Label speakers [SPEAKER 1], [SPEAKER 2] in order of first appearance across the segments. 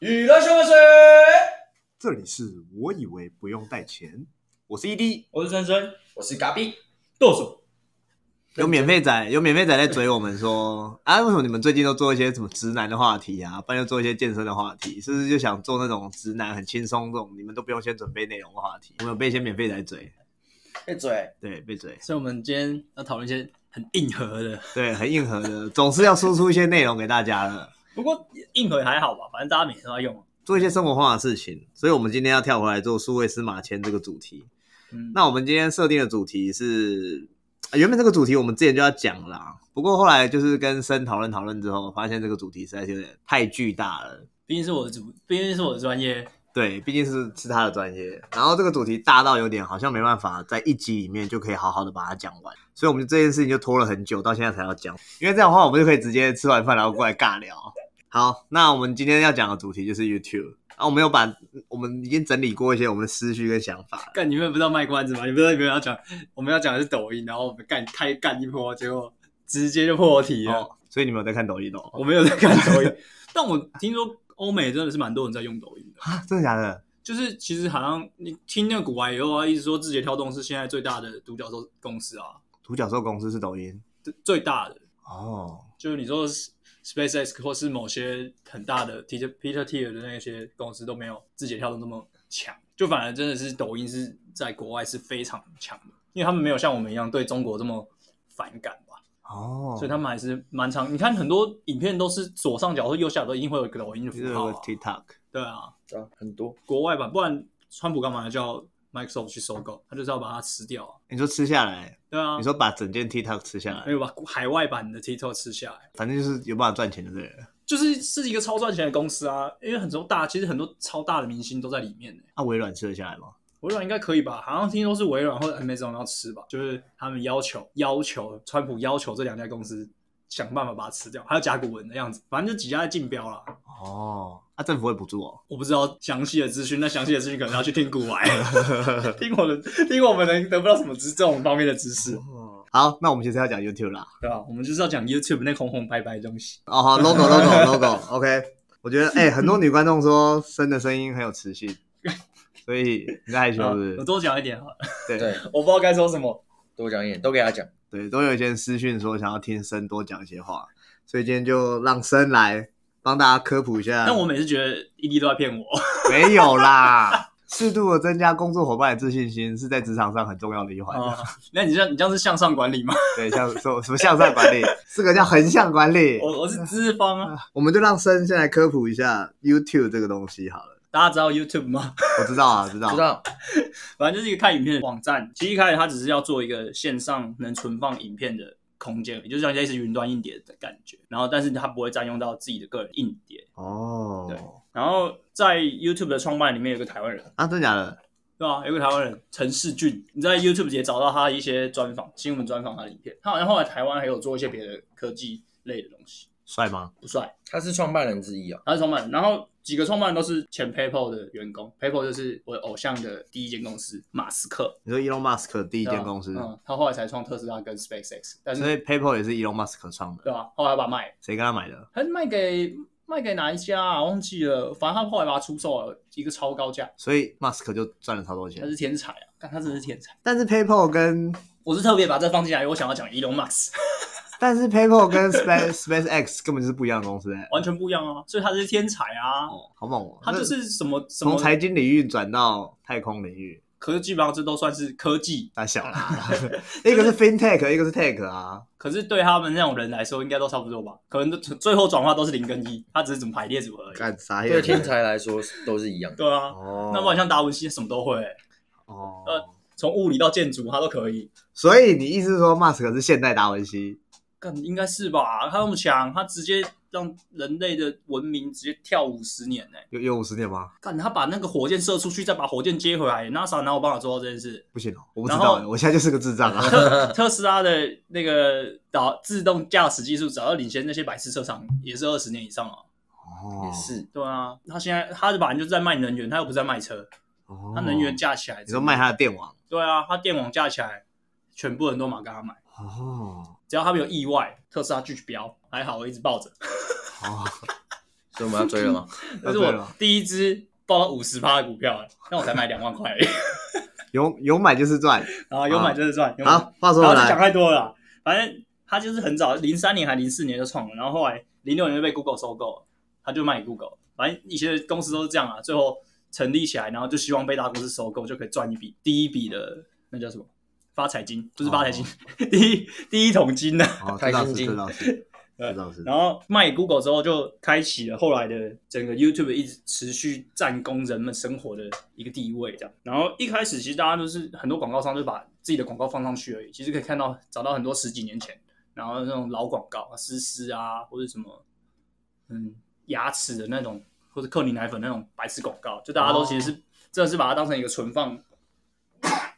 [SPEAKER 1] 娱乐新闻水，
[SPEAKER 2] 这里是我以为不用带钱，我是 E ED，
[SPEAKER 1] 我是森森，
[SPEAKER 3] 我是嘎比，
[SPEAKER 1] 剁手。
[SPEAKER 2] 有免费仔，有免费仔在追我们说啊，为什么你们最近都做一些什么直男的话题啊，不然就做一些健身的话题，是不是就想做那种直男很轻松这种，你们都不用先准备内容的话题？我们有被一些免费仔追，
[SPEAKER 3] 闭嘴！
[SPEAKER 2] 对，被追，
[SPEAKER 4] 所以我们今天要讨论一些很硬核的，
[SPEAKER 2] 对，很硬核的，总是要输出一些内容给大家的，
[SPEAKER 4] 不过硬核也还好吧，反正大家每天都在用。
[SPEAKER 2] 做一些生活化的事情，所以我们今天要跳回来做数位司马迁这个主题。
[SPEAKER 4] 嗯，
[SPEAKER 2] 那我们今天设定的主题是，呃原本这个主题我们之前就要讲啦，不过后来就是跟森讨论讨论之后，发现这个主题实在是有点太巨大了。
[SPEAKER 4] 毕竟是我的主，毕竟是我的专业，
[SPEAKER 2] 对，毕竟是是他的专业，然后这个主题大到有点好像没办法在一集里面就可以好好的把它讲完，所以我们这件事情就拖了很久，到现在才要讲。因为这样的话，我们就可以直接吃完饭然后过来尬聊。啊好，那我们今天要讲的主题就是 YouTube。啊，我们有把我们已经整理过一些我们的思绪跟想法了，
[SPEAKER 4] 干你们不知道卖关子吗？你们不知道你们要讲，我们要讲的是抖音，然后我们干开干一波，结果直接就破题了。
[SPEAKER 2] 哦，所以你们有在看抖音哦？
[SPEAKER 4] 我没有在看抖音， 但我听说欧美真的是蛮多人在用抖音的，
[SPEAKER 2] 啊，真的假的？
[SPEAKER 4] 就是其实好像你听那个古玩以后啊，一直说字节跳动是现在最大的独角兽公司啊，
[SPEAKER 2] 独角兽公司是抖音
[SPEAKER 4] 最最大的。
[SPEAKER 2] 哦，
[SPEAKER 4] 就是你说 S- SpaceX 或是某些很大的 Peter Peter Thiel 的那些公司都没有字节跳动这么强，就反而真的是抖音是在国外是非常强的，因为他们没有像我们一样对中国这么反感吧，
[SPEAKER 2] 哦，
[SPEAKER 4] 所以他们还是蛮常。你看很多影片都是左上角或右下角都一定会有一个抖音的
[SPEAKER 2] 就是
[SPEAKER 4] 符
[SPEAKER 2] 有
[SPEAKER 4] 号、
[SPEAKER 2] 个
[SPEAKER 4] 啊，
[SPEAKER 2] TikTok，
[SPEAKER 4] 对啊，
[SPEAKER 3] 啊，很多
[SPEAKER 4] 国外版，不然川普干嘛叫 Microsoft 去收购？他就是要把它吃掉啊，
[SPEAKER 2] 你说吃下来，
[SPEAKER 4] 对啊，
[SPEAKER 2] 你说把整件 TikTok 吃下
[SPEAKER 4] 没
[SPEAKER 2] 来，
[SPEAKER 4] 有把海外版的 TikTok 吃下来。
[SPEAKER 2] 反正就是有办法赚钱就对了。
[SPEAKER 4] 就是是一个超赚钱的公司啊，因为很多大，其实很多超大的明星都在里面呢、欸
[SPEAKER 2] 啊，微软吃得下来吗？
[SPEAKER 4] 微软应该可以吧？好像听说是微软或者 Amazon 要吃吧，就是他们要求要求川普要求这两家公司想办法把它吃掉，还有甲骨文的样子，反正就几家在竞标啦。
[SPEAKER 2] 哦，啊，政府会补助哦。
[SPEAKER 4] 我不知道详细的资讯，那详细的资讯可能要去听古玩， 听我的，听我们能得不到什么知这种方面的知识，
[SPEAKER 2] 好，那我们现在要讲 YouTube 啦。
[SPEAKER 4] 对吧？我们就是要讲 YouTube 那红红白白的东西，
[SPEAKER 2] 哦， 好，logo logo logo，OK、我觉得，哎、很多女观众说森的声音很有磁 性，所以你在害羞是不是
[SPEAKER 4] 我？多讲一点好了，
[SPEAKER 2] 对
[SPEAKER 3] 对，
[SPEAKER 4] 我不知道该说什么。
[SPEAKER 3] 多讲一点，都给他讲。
[SPEAKER 2] 对，都有一些私讯说想要听森多讲一些话，所以今天就让森来帮大家科普一下。
[SPEAKER 4] 但我每次觉得 ED 都在骗我。
[SPEAKER 2] 没有啦，适度的增加工作伙伴的自信心是在职场上很重要的一环。
[SPEAKER 4] 哦，那你这样你这样是向上管理吗？
[SPEAKER 2] 对，像什么什么向上管理，这个叫横向管理。
[SPEAKER 4] 我我是资方啊，
[SPEAKER 2] 我们就让森先来科普一下 YouTube 这个东西好了。
[SPEAKER 4] 大家知道 YouTube 吗？
[SPEAKER 2] 我知道啊，知道。
[SPEAKER 3] 知道
[SPEAKER 4] 反正就是一个看影片的网站。其实一开始它只是要做一个线上能存放影片的空间，也就是像类似云端硬碟的感觉。然后，但是它不会占用到自己的个人硬碟。对
[SPEAKER 2] 哦，
[SPEAKER 4] 然后在 YouTube 的创办里面有个台湾人，
[SPEAKER 2] 啊，真假的？
[SPEAKER 4] 对吧、有个台湾人陈世俊，你在 YouTube 也找到他的一些专访、新闻专访他的影片。他好像后来台湾还有做一些别的科技类的东西，
[SPEAKER 2] 帅吗？
[SPEAKER 4] 不帅。
[SPEAKER 3] 他是创办人之一哦。
[SPEAKER 4] 他是创办人，然后几个创办人都是前 PayPal 的员工，PayPal 就是我偶像的第一间公司，马斯克
[SPEAKER 2] 你说 Elon Musk 第一
[SPEAKER 4] 一
[SPEAKER 2] 间公司，
[SPEAKER 4] 嗯，他后来才创特斯拉跟 SpaceX，但
[SPEAKER 2] 所
[SPEAKER 4] 是
[SPEAKER 2] 以 PayPal 也是 Elon Musk 创的，
[SPEAKER 4] 对吧、后来把它卖了，
[SPEAKER 2] 谁跟他买的？
[SPEAKER 4] 他是卖给卖给哪一家啊？忘记了，反正他后来把它出售了一个超高价，
[SPEAKER 2] 所以 Musk 就赚了超多
[SPEAKER 4] 他
[SPEAKER 2] 钱。
[SPEAKER 4] 是天才啊，看他真的是天才。
[SPEAKER 2] 但是 PayPal 跟
[SPEAKER 4] 我是特别把这放进来，因为我想要讲 Elon Musk，
[SPEAKER 2] 但是 PayPal 跟 Space SpaceX 根本就是不一样的公司哎、
[SPEAKER 4] 完全不一样啊，所以他是天才啊，
[SPEAKER 2] 哦，好猛哦！
[SPEAKER 4] 他就是什么什
[SPEAKER 2] 从
[SPEAKER 4] 么，
[SPEAKER 2] 财经领域转到太空领域，
[SPEAKER 4] 可是基本上这都算是科技，
[SPEAKER 2] 大小啦，
[SPEAKER 4] 啊
[SPEAKER 2] 一个是 FinTech，一个是 Tech 啊。
[SPEAKER 4] 可是对他们那种人来说，应该都差不多吧？可能都最后转化都是零跟一，他只是怎么排列组合而已。
[SPEAKER 2] 干啥
[SPEAKER 3] 对天才来说都是一样的。
[SPEAKER 4] 对啊，
[SPEAKER 2] 哦，
[SPEAKER 4] 那不然像达文西什么都会、
[SPEAKER 2] 哦，
[SPEAKER 4] 呃从物理到建筑他都可以。
[SPEAKER 2] 所以你意思是说 Musk 是现代达文西？
[SPEAKER 4] 干应该是吧？他那么强，他直接让人类的文明直接跳五十年呢、
[SPEAKER 2] 有有五十年吗？
[SPEAKER 4] 干他把那个火箭射出去，再把火箭接回来，NASA 哪有办法做到这件事？
[SPEAKER 2] 不行哦，我不知
[SPEAKER 4] 然
[SPEAKER 2] 道
[SPEAKER 4] 后
[SPEAKER 2] 欸，我现在就是个智 障啊！
[SPEAKER 4] 特特斯拉的那个导自动驾驶技术，早要领先那些白痴车厂，也是二十年以上啊。
[SPEAKER 2] 哦
[SPEAKER 3] 也，是，
[SPEAKER 4] 对啊，他现在他的反正就是在卖能源，他又不是在卖车，
[SPEAKER 2] 哦
[SPEAKER 4] 他能源，架起来，
[SPEAKER 2] 你说卖他的电网？
[SPEAKER 4] 对啊，他电网架起来，全部人都马跟他买，
[SPEAKER 2] 哦，啊
[SPEAKER 4] 只要他们有意外，特斯拉拒绝标，还好我一直抱着，
[SPEAKER 2] 哦，
[SPEAKER 3] 所以我们要追了吗？
[SPEAKER 4] 这是
[SPEAKER 2] 啊对
[SPEAKER 4] 我
[SPEAKER 2] 了
[SPEAKER 4] 第一只报到五十趴的股票，那我才买两万块而已，
[SPEAKER 2] 有有买就是赚。
[SPEAKER 4] 然后有买就是赚。有买
[SPEAKER 2] 好，话说
[SPEAKER 4] 然
[SPEAKER 2] 回
[SPEAKER 4] 后就讲
[SPEAKER 2] 来，
[SPEAKER 4] 太多了啦，反正他就是很早，零三年还零四年就创了，然后后来零六年就被 Google 收购了，他就卖给 Google。反正一些公司都是这样啊，最后成立起来，然后就希望被大公司收购，就可以赚一笔第一笔的那叫什么发财金，不是发财金， 第一第一桶金呢、啊。
[SPEAKER 2] 哦，
[SPEAKER 3] 开
[SPEAKER 2] 这倒是，
[SPEAKER 3] 心
[SPEAKER 2] 这
[SPEAKER 3] 经
[SPEAKER 2] 倒是，
[SPEAKER 4] 对
[SPEAKER 2] 这倒是。
[SPEAKER 4] 然后卖给 Google 之后，就开启了后来的整个 YouTube 一直持续占攻人们生活的一个地位，这样。然后一开始其实大家都是很多广告商就把自己的广告放上去而已，其实可以看到找到很多十几年前，然后那种老广告，思思啊，或者什么，嗯，牙齿的那种，或者克林奶粉那种白痴广告，就大家都其实是、真的是把它当成一个存放。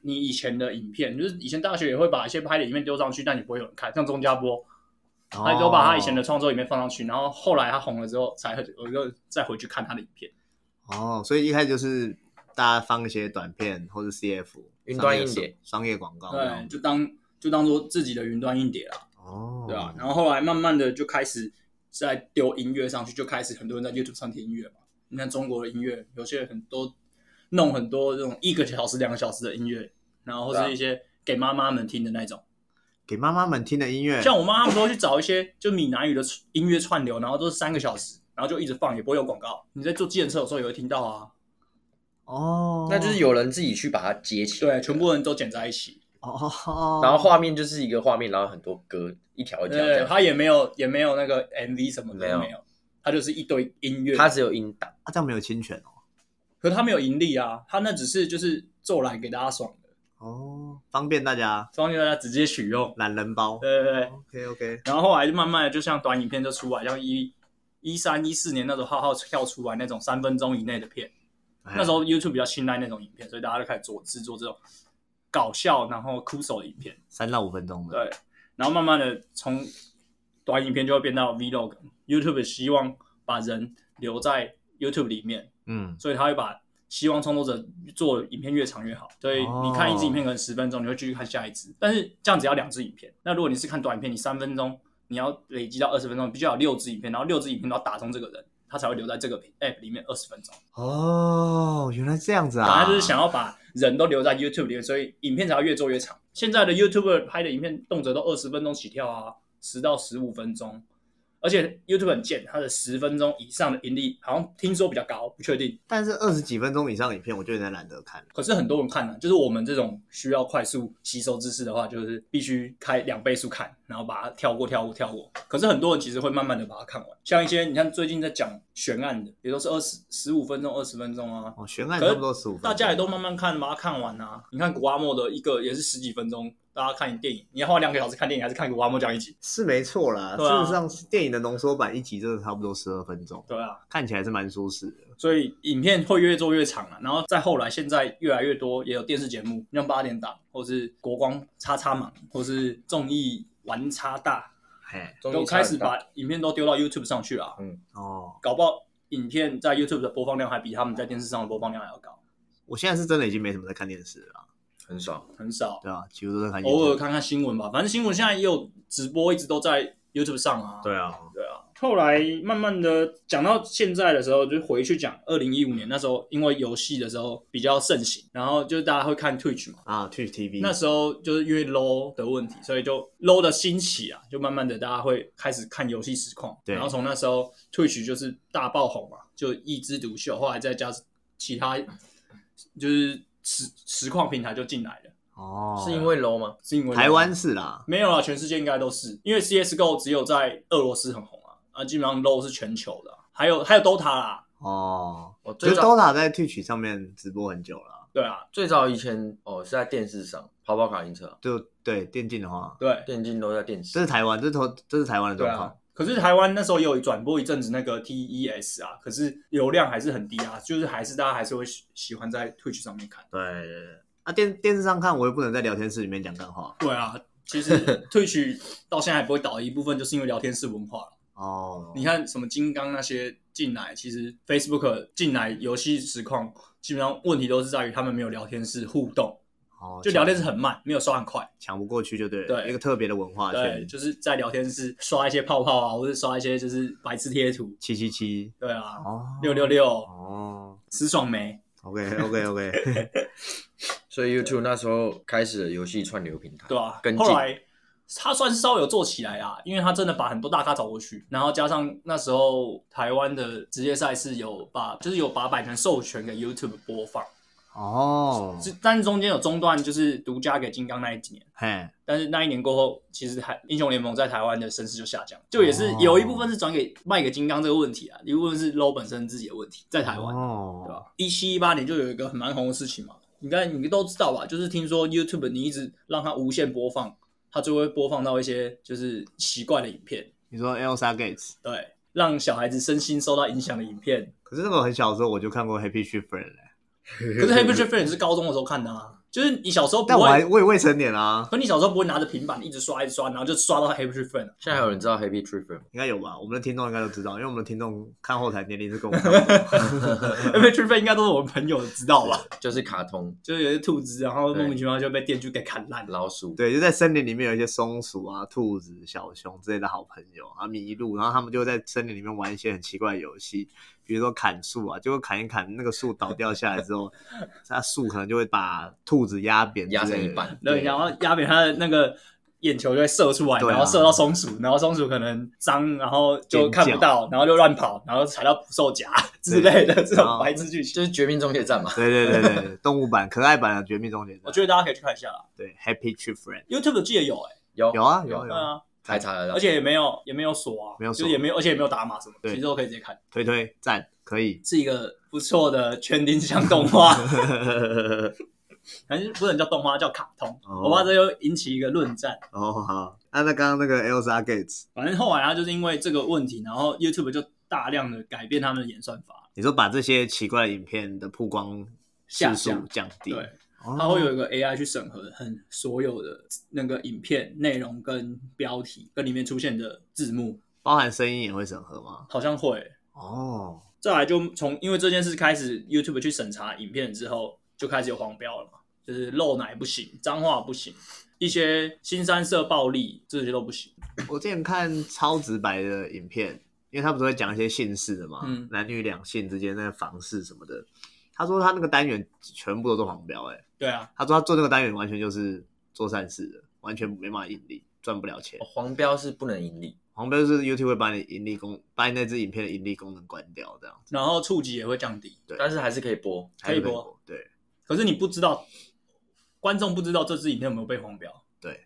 [SPEAKER 4] 你以前的影片，就是以前大学也会把一些拍的影片丢上去，但也不会有人看。像钟家波，他就把他以前的创作里面放上去，然后后来他红了之后，才我就再回去看他的影片。
[SPEAKER 2] 哦，所以一开始就是大家放一些短片或者 CF
[SPEAKER 3] 云端硬碟
[SPEAKER 2] 商业商业广告这样
[SPEAKER 4] 对，
[SPEAKER 2] 子，
[SPEAKER 4] 就当就当做自己的云端硬碟啦，
[SPEAKER 2] 哦，
[SPEAKER 4] 对啊。然后后来慢慢的就开始在丢音乐上去，就开始很多人在 YouTube 上听音乐嘛。你看中国的音乐，有些人很多弄很多这种一个小时、两个小时的音乐，然后或
[SPEAKER 3] 对
[SPEAKER 4] 是
[SPEAKER 3] 啊
[SPEAKER 4] 一些给妈妈们听的那种。
[SPEAKER 2] 给妈妈们听的音乐，
[SPEAKER 4] 像我妈他们都会去找一些就闽南语的音乐串流，然后都是三个小时，然后就一直放，也不会有广告。你在坐计程车的时候也会听到啊。
[SPEAKER 2] 哦，
[SPEAKER 3] 那就是有人自己去把它接起来，
[SPEAKER 4] 对，啊全部人都剪在一起。
[SPEAKER 2] 哦，
[SPEAKER 3] 然后画面就是一个画面，然后很多歌，一条一条这
[SPEAKER 4] 对，
[SPEAKER 3] 样，
[SPEAKER 4] 他也没有也没有那个 MV 什么的
[SPEAKER 3] 没有
[SPEAKER 4] 没有，他就是一堆音乐。
[SPEAKER 3] 它只有音档，
[SPEAKER 2] 啊这样没有侵权哦，
[SPEAKER 4] 可他没有盈利啊，他那只是就是做来给大家爽的，
[SPEAKER 2] 哦，方便大家
[SPEAKER 4] 方便大家直接取用。
[SPEAKER 2] 懒人包
[SPEAKER 4] 对对对，
[SPEAKER 2] ，OK OK，
[SPEAKER 4] 然后后来就慢慢的就像短影片就出来，像一一三一四年那种浩浩跳出来那种三分钟以内的片，
[SPEAKER 2] 哎
[SPEAKER 4] 那时候 YouTube 比较信赖那种影片，所以大家就开始做制作这种搞笑然后哭手的影片。
[SPEAKER 2] 三到五分钟的，
[SPEAKER 4] 对，然后慢慢的从短影片就会变到 Vlog。YouTube 希望把人留在 YouTube 里面，
[SPEAKER 2] 嗯，
[SPEAKER 4] 所以他会把希望创作者做影片越长越好。所以你看一支影片可能十分钟，你会继续看下一支，但是这样子要两支影片。那如果你是看短片，你三分钟，你要累积到二十分钟，你必须要有六支影片，然后六支影片都要打中这个人，他才会留在这个 App 里面二十分钟。
[SPEAKER 2] 哦，原来这样子啊，
[SPEAKER 4] 反正就是想要把人都留在 YouTube 里面，所以影片才会越做越长。现在的 YouTuber 拍的影片动辄都二十分钟起跳啊，十到十五分钟，而且 YouTube 很贱，它的十分钟以上的盈利好像听说比较高，不确定。
[SPEAKER 2] 但是二十几分钟以上的影片，我就有点懒得看了。
[SPEAKER 4] 可是很多人看呢、就是我们这种需要快速吸收知识的话，就是必须开两倍速看，然后把它跳过、跳过、跳过。可是很多人其实会慢慢的把它看完，像一些你看最近在讲悬案的，也都是二十十五分钟、二十分钟啊，
[SPEAKER 2] 哦，悬案
[SPEAKER 4] 可是
[SPEAKER 2] 差不多十五分钟，
[SPEAKER 4] 大家也都慢慢看，把它看完啊。你看古阿莫的一个也是十几分钟，大家看电影，你要花两个小时看电影，还是看古阿莫讲一集？
[SPEAKER 2] 是没错啦。
[SPEAKER 4] 对啊
[SPEAKER 2] 事实上，电影的浓缩版一集真的差不多十二分钟，
[SPEAKER 4] 对啊，
[SPEAKER 2] 看起来是蛮舒适的。
[SPEAKER 4] 所以影片会越做越长啊。然后再后来，现在越来越多也有电视节目，像八点档，或是国光叉叉忙，或是综艺玩叉大，
[SPEAKER 2] 嘿，
[SPEAKER 3] 中
[SPEAKER 4] 都
[SPEAKER 3] 间
[SPEAKER 4] 开始
[SPEAKER 3] 插很大
[SPEAKER 4] 把影片都丢到 YouTube 上去了啊、
[SPEAKER 2] 哦，
[SPEAKER 4] 搞不好影片在 YouTube 的播放量还比他们在电视上的播放量还要高，
[SPEAKER 2] 我现在是真的已经没什么在看电视了啦，
[SPEAKER 3] 很爽，
[SPEAKER 4] 很少。
[SPEAKER 2] 对啊，几乎都在看。
[SPEAKER 4] 偶尔，看看新闻吧，反正新闻现在也有直播，一直都在 YouTube 上啊。
[SPEAKER 2] 对啊，
[SPEAKER 4] 对啊，后来慢慢的讲到现在的时候，就回去讲二零一五年那时候，因为游戏的时候比较盛行，然后就是大家会看 Twitch 嘛，
[SPEAKER 2] 啊，去 TV
[SPEAKER 4] 那时候就是因为 low 的问题，所以就 low 的兴起啊，就慢慢的大家会开始看游戏实况，
[SPEAKER 2] 对
[SPEAKER 4] 然后从那时候 Twitch 就是大爆红嘛，就一枝独秀，后来再加其他就是实实况平台就进来了，
[SPEAKER 2] 哦，
[SPEAKER 3] 是因为 low 吗？
[SPEAKER 4] 是因为 low
[SPEAKER 2] 台湾是啦，
[SPEAKER 4] 没有啦，全世界应该都是，因为 CS:GO 只有在俄罗斯很红啊，啊，基本上 LO 是全球的啊、还有还有 DOTA 啦，
[SPEAKER 2] 哦，
[SPEAKER 3] 我
[SPEAKER 2] 就
[SPEAKER 3] 最
[SPEAKER 2] 是
[SPEAKER 3] 早
[SPEAKER 2] DOTA 在 Twitch 上面直播很久了，
[SPEAKER 4] 对啊，
[SPEAKER 3] 最早以前哦是在电视上，跑跑卡丁车啊，
[SPEAKER 2] 就对电竞的话，
[SPEAKER 4] 对
[SPEAKER 3] 电竞都在电视
[SPEAKER 2] 这，是台湾，这是头，这是台湾的
[SPEAKER 4] 对
[SPEAKER 2] 状况
[SPEAKER 4] 啊。。可是台湾那时候也有转播一阵子那个 TES 啊，可是流量还是很低啊，就是还是大家还是会喜喜欢在 Twitch 上面看。
[SPEAKER 2] 对，啊电电视上看，我又不能在聊天室里面讲干话。
[SPEAKER 4] 对啊，其实 Twitch 到现在还不会倒，一部分就是因为聊天室文化了。
[SPEAKER 2] 哦，
[SPEAKER 4] 你看什么金刚那些进来，其实 Facebook 进来游戏实况，基本上问题都是在于他们没有聊天室互动。
[SPEAKER 2] 哦，
[SPEAKER 4] 就聊天是很慢，没有刷很快。
[SPEAKER 2] 抢不过去就对了，
[SPEAKER 4] 对
[SPEAKER 2] 一个特别的文化
[SPEAKER 4] 对，
[SPEAKER 2] 圈，
[SPEAKER 4] 就是在聊天室刷一些泡泡啊，或者刷一些就是白痴贴图。
[SPEAKER 2] 七七七
[SPEAKER 4] 对啊，
[SPEAKER 2] 哦，
[SPEAKER 4] 六六六，
[SPEAKER 2] 哦
[SPEAKER 4] 吃爽没？
[SPEAKER 2] ，OK OK OK，
[SPEAKER 3] 所以 YouTube 那时候开始了游戏串流平台，
[SPEAKER 4] 对啊
[SPEAKER 3] 跟，进
[SPEAKER 4] 后来他算是稍微有做起来啊，因为他真的把很多大咖找过去，然后加上那时候台湾的职业赛事有把就是有把版权授权给 YouTube 播放，
[SPEAKER 2] 哦，
[SPEAKER 4] 是但是中间有中断，就是独家给金刚那一几年。
[SPEAKER 2] 嘿，
[SPEAKER 4] 但是那一年过后，其实台英雄联盟在台湾的声势就下降，就也是有一部分是转给卖给金刚这个问题啊，一部分是 low 本身自己的问题，在台湾。对
[SPEAKER 2] 哦，
[SPEAKER 4] 吧？一七一八年就有一个很蛮红的事情嘛，应该你都知道吧？就是听说 YouTube 你一直让它无限播放，它就会播放到一些就是奇怪的影片，
[SPEAKER 2] 你说 Elsa Gates，
[SPEAKER 4] 对，让小孩子身心受到影响的影片。
[SPEAKER 2] 可是那个很小的时候我就看过 Happy Tree Friend，嘞
[SPEAKER 4] 可是 Happy Tree Friends 是高中的时候看的啊，就是你小时候不
[SPEAKER 2] 但我还
[SPEAKER 4] 会，
[SPEAKER 2] 我也未成年啊，
[SPEAKER 4] 可你小时候不会拿着平板一直刷一直刷，然后就刷到 Happy Tree Friends 啊。
[SPEAKER 3] 现在还有人知道 Happy Tree Friend 吗？
[SPEAKER 2] 应该有吧？我们的听众应该都知道，因为我们的听众看后台年龄是跟我们差不多。嗯
[SPEAKER 4] Happy Tree Friends 应该都是我们朋友知道吧？
[SPEAKER 3] 就是卡通
[SPEAKER 4] 就是有些兔子，然后莫名其妙就被电锯给砍烂了。
[SPEAKER 3] 老鼠，
[SPEAKER 2] 对，就在森林里面有一些松鼠啊、兔子、小熊之类的好朋友啊，麋鹿，然后他们就在森林里面玩一些很奇怪的游戏，比如说砍树啊，结果砍一砍，那个树倒掉下来之后，那树可能就会把兔子压扁之类
[SPEAKER 3] 压
[SPEAKER 2] 的，
[SPEAKER 3] 成一半
[SPEAKER 4] 对，然后压扁他的那个眼球就会射出来，
[SPEAKER 2] 对啊
[SPEAKER 4] 然后射到松鼠，然后松鼠可能脏，然后就
[SPEAKER 2] 尖
[SPEAKER 4] 看
[SPEAKER 2] 叫
[SPEAKER 4] 不到，然后就乱跑，然后踩到捕兽夹之类的这
[SPEAKER 2] 然
[SPEAKER 4] 种
[SPEAKER 2] 后
[SPEAKER 4] 白痴剧情。
[SPEAKER 3] 就是《绝命终结站》嘛。
[SPEAKER 2] 对对对对，动物版、可爱版的《绝命终结
[SPEAKER 4] 我
[SPEAKER 2] 者
[SPEAKER 4] 觉》，得大家可以去看一下啦
[SPEAKER 2] 对，Happy Tree Friend，
[SPEAKER 4] ，YouTube 记得有哎、
[SPEAKER 3] 有
[SPEAKER 2] 有啊有啊
[SPEAKER 4] 对啊，
[SPEAKER 3] 还查得到，
[SPEAKER 4] 而且也没有也没有锁啊，
[SPEAKER 2] 没有锁
[SPEAKER 4] 就是也没有，而且也没有打码什么，
[SPEAKER 2] 对
[SPEAKER 4] 其实都可以直接看，
[SPEAKER 2] 推推赞，可以，
[SPEAKER 4] 是一个不错的全丁像动画， 反正不能叫动画，叫卡通，
[SPEAKER 2] 哦
[SPEAKER 4] 我怕这又引起一个论战。
[SPEAKER 2] 哦好，啊那刚刚那个 Elsa Gates，
[SPEAKER 4] 反正后来他就是因为这个问题，然后 YouTube 就大量的改变他们的演算法，
[SPEAKER 2] 你说把这些奇怪的影片的曝光
[SPEAKER 4] 下
[SPEAKER 2] 次数
[SPEAKER 4] 降
[SPEAKER 2] 降低，
[SPEAKER 4] 对，
[SPEAKER 2] 哦，
[SPEAKER 4] 它会有一个 AI 去审核很所有的那个影片内容跟标题跟里面出现的字幕，
[SPEAKER 2] 包含声音也会审核吗？
[SPEAKER 4] 好像会。
[SPEAKER 2] 哦。
[SPEAKER 4] 再来就从因为这件事开始，YouTube 去审查影片之后，就开始有黄标了嘛，就是露奶不行，脏话不行，一些新三色暴力这些都不行。
[SPEAKER 2] 我之前看超直白的影片，因为他不是会讲一些姓氏的嘛，
[SPEAKER 4] 嗯
[SPEAKER 2] 男女两性之间那个房事什么的。他说他那个单元全部都是黄标、欸，
[SPEAKER 4] 对啊，
[SPEAKER 2] 他说他做那个单元完全就是做善事的，完全没办法盈利，赚不了钱
[SPEAKER 3] 哦。黄标是不能盈利，
[SPEAKER 2] 黄标就是 YouTube 会把你盈利功，把你那支影片的盈利功能关掉，这样
[SPEAKER 4] 然后触及也会降低，
[SPEAKER 2] 对
[SPEAKER 3] 但是还是可以播。
[SPEAKER 4] 可以播
[SPEAKER 2] 还是。对
[SPEAKER 4] 可是你不知道，观众不知道这支影片有没有被黄标，
[SPEAKER 2] 对，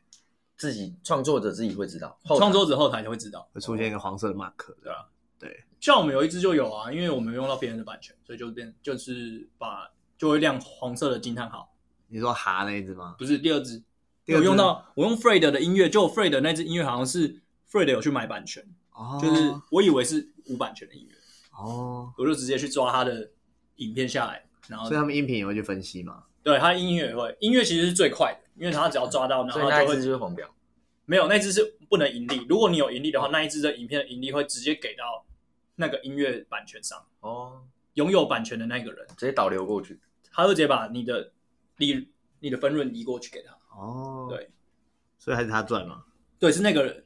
[SPEAKER 3] 自己创作者自己会知道，后台
[SPEAKER 4] 创作者后台才会知道。
[SPEAKER 2] 会出现一个黄色的 mark，
[SPEAKER 4] 对啊
[SPEAKER 2] 对，
[SPEAKER 4] 像我们有一只就有啊，因为我们用到别人的版权，所以就变就是把就会亮黄色的惊叹号，
[SPEAKER 2] 你说哈那一只吗？
[SPEAKER 4] 不是第二只，
[SPEAKER 2] 第二
[SPEAKER 4] 我
[SPEAKER 2] 只
[SPEAKER 4] 用到我用 Fred 的音乐，就 Fred 的那只音乐好像是 Fred 有去买版权，
[SPEAKER 2] 哦，
[SPEAKER 4] 就是我以为是无版权的音乐，
[SPEAKER 2] 哦，
[SPEAKER 4] 我就直接去抓他的影片下来，然后
[SPEAKER 2] 所以他们音频也会去分析嘛。
[SPEAKER 4] 对他的音乐也会，音乐其实是最快的，因为他只要抓到，然
[SPEAKER 3] 所以
[SPEAKER 4] 后
[SPEAKER 3] 那
[SPEAKER 4] 他
[SPEAKER 3] 一
[SPEAKER 4] 就
[SPEAKER 3] 只
[SPEAKER 4] 会
[SPEAKER 3] 就是黄标。
[SPEAKER 4] 没有那只是不能盈利，如果你有盈利的话，那一只的影片的盈利会直接给到那个音乐版权商
[SPEAKER 3] 哦，
[SPEAKER 4] 拥有版权的那个人。
[SPEAKER 3] 直接导流过去。
[SPEAKER 4] 他会直接把你的利你的分润移过去给他。
[SPEAKER 2] 哦，
[SPEAKER 4] 对，
[SPEAKER 2] 所以还是他赚嘛，
[SPEAKER 4] 对，是那个人，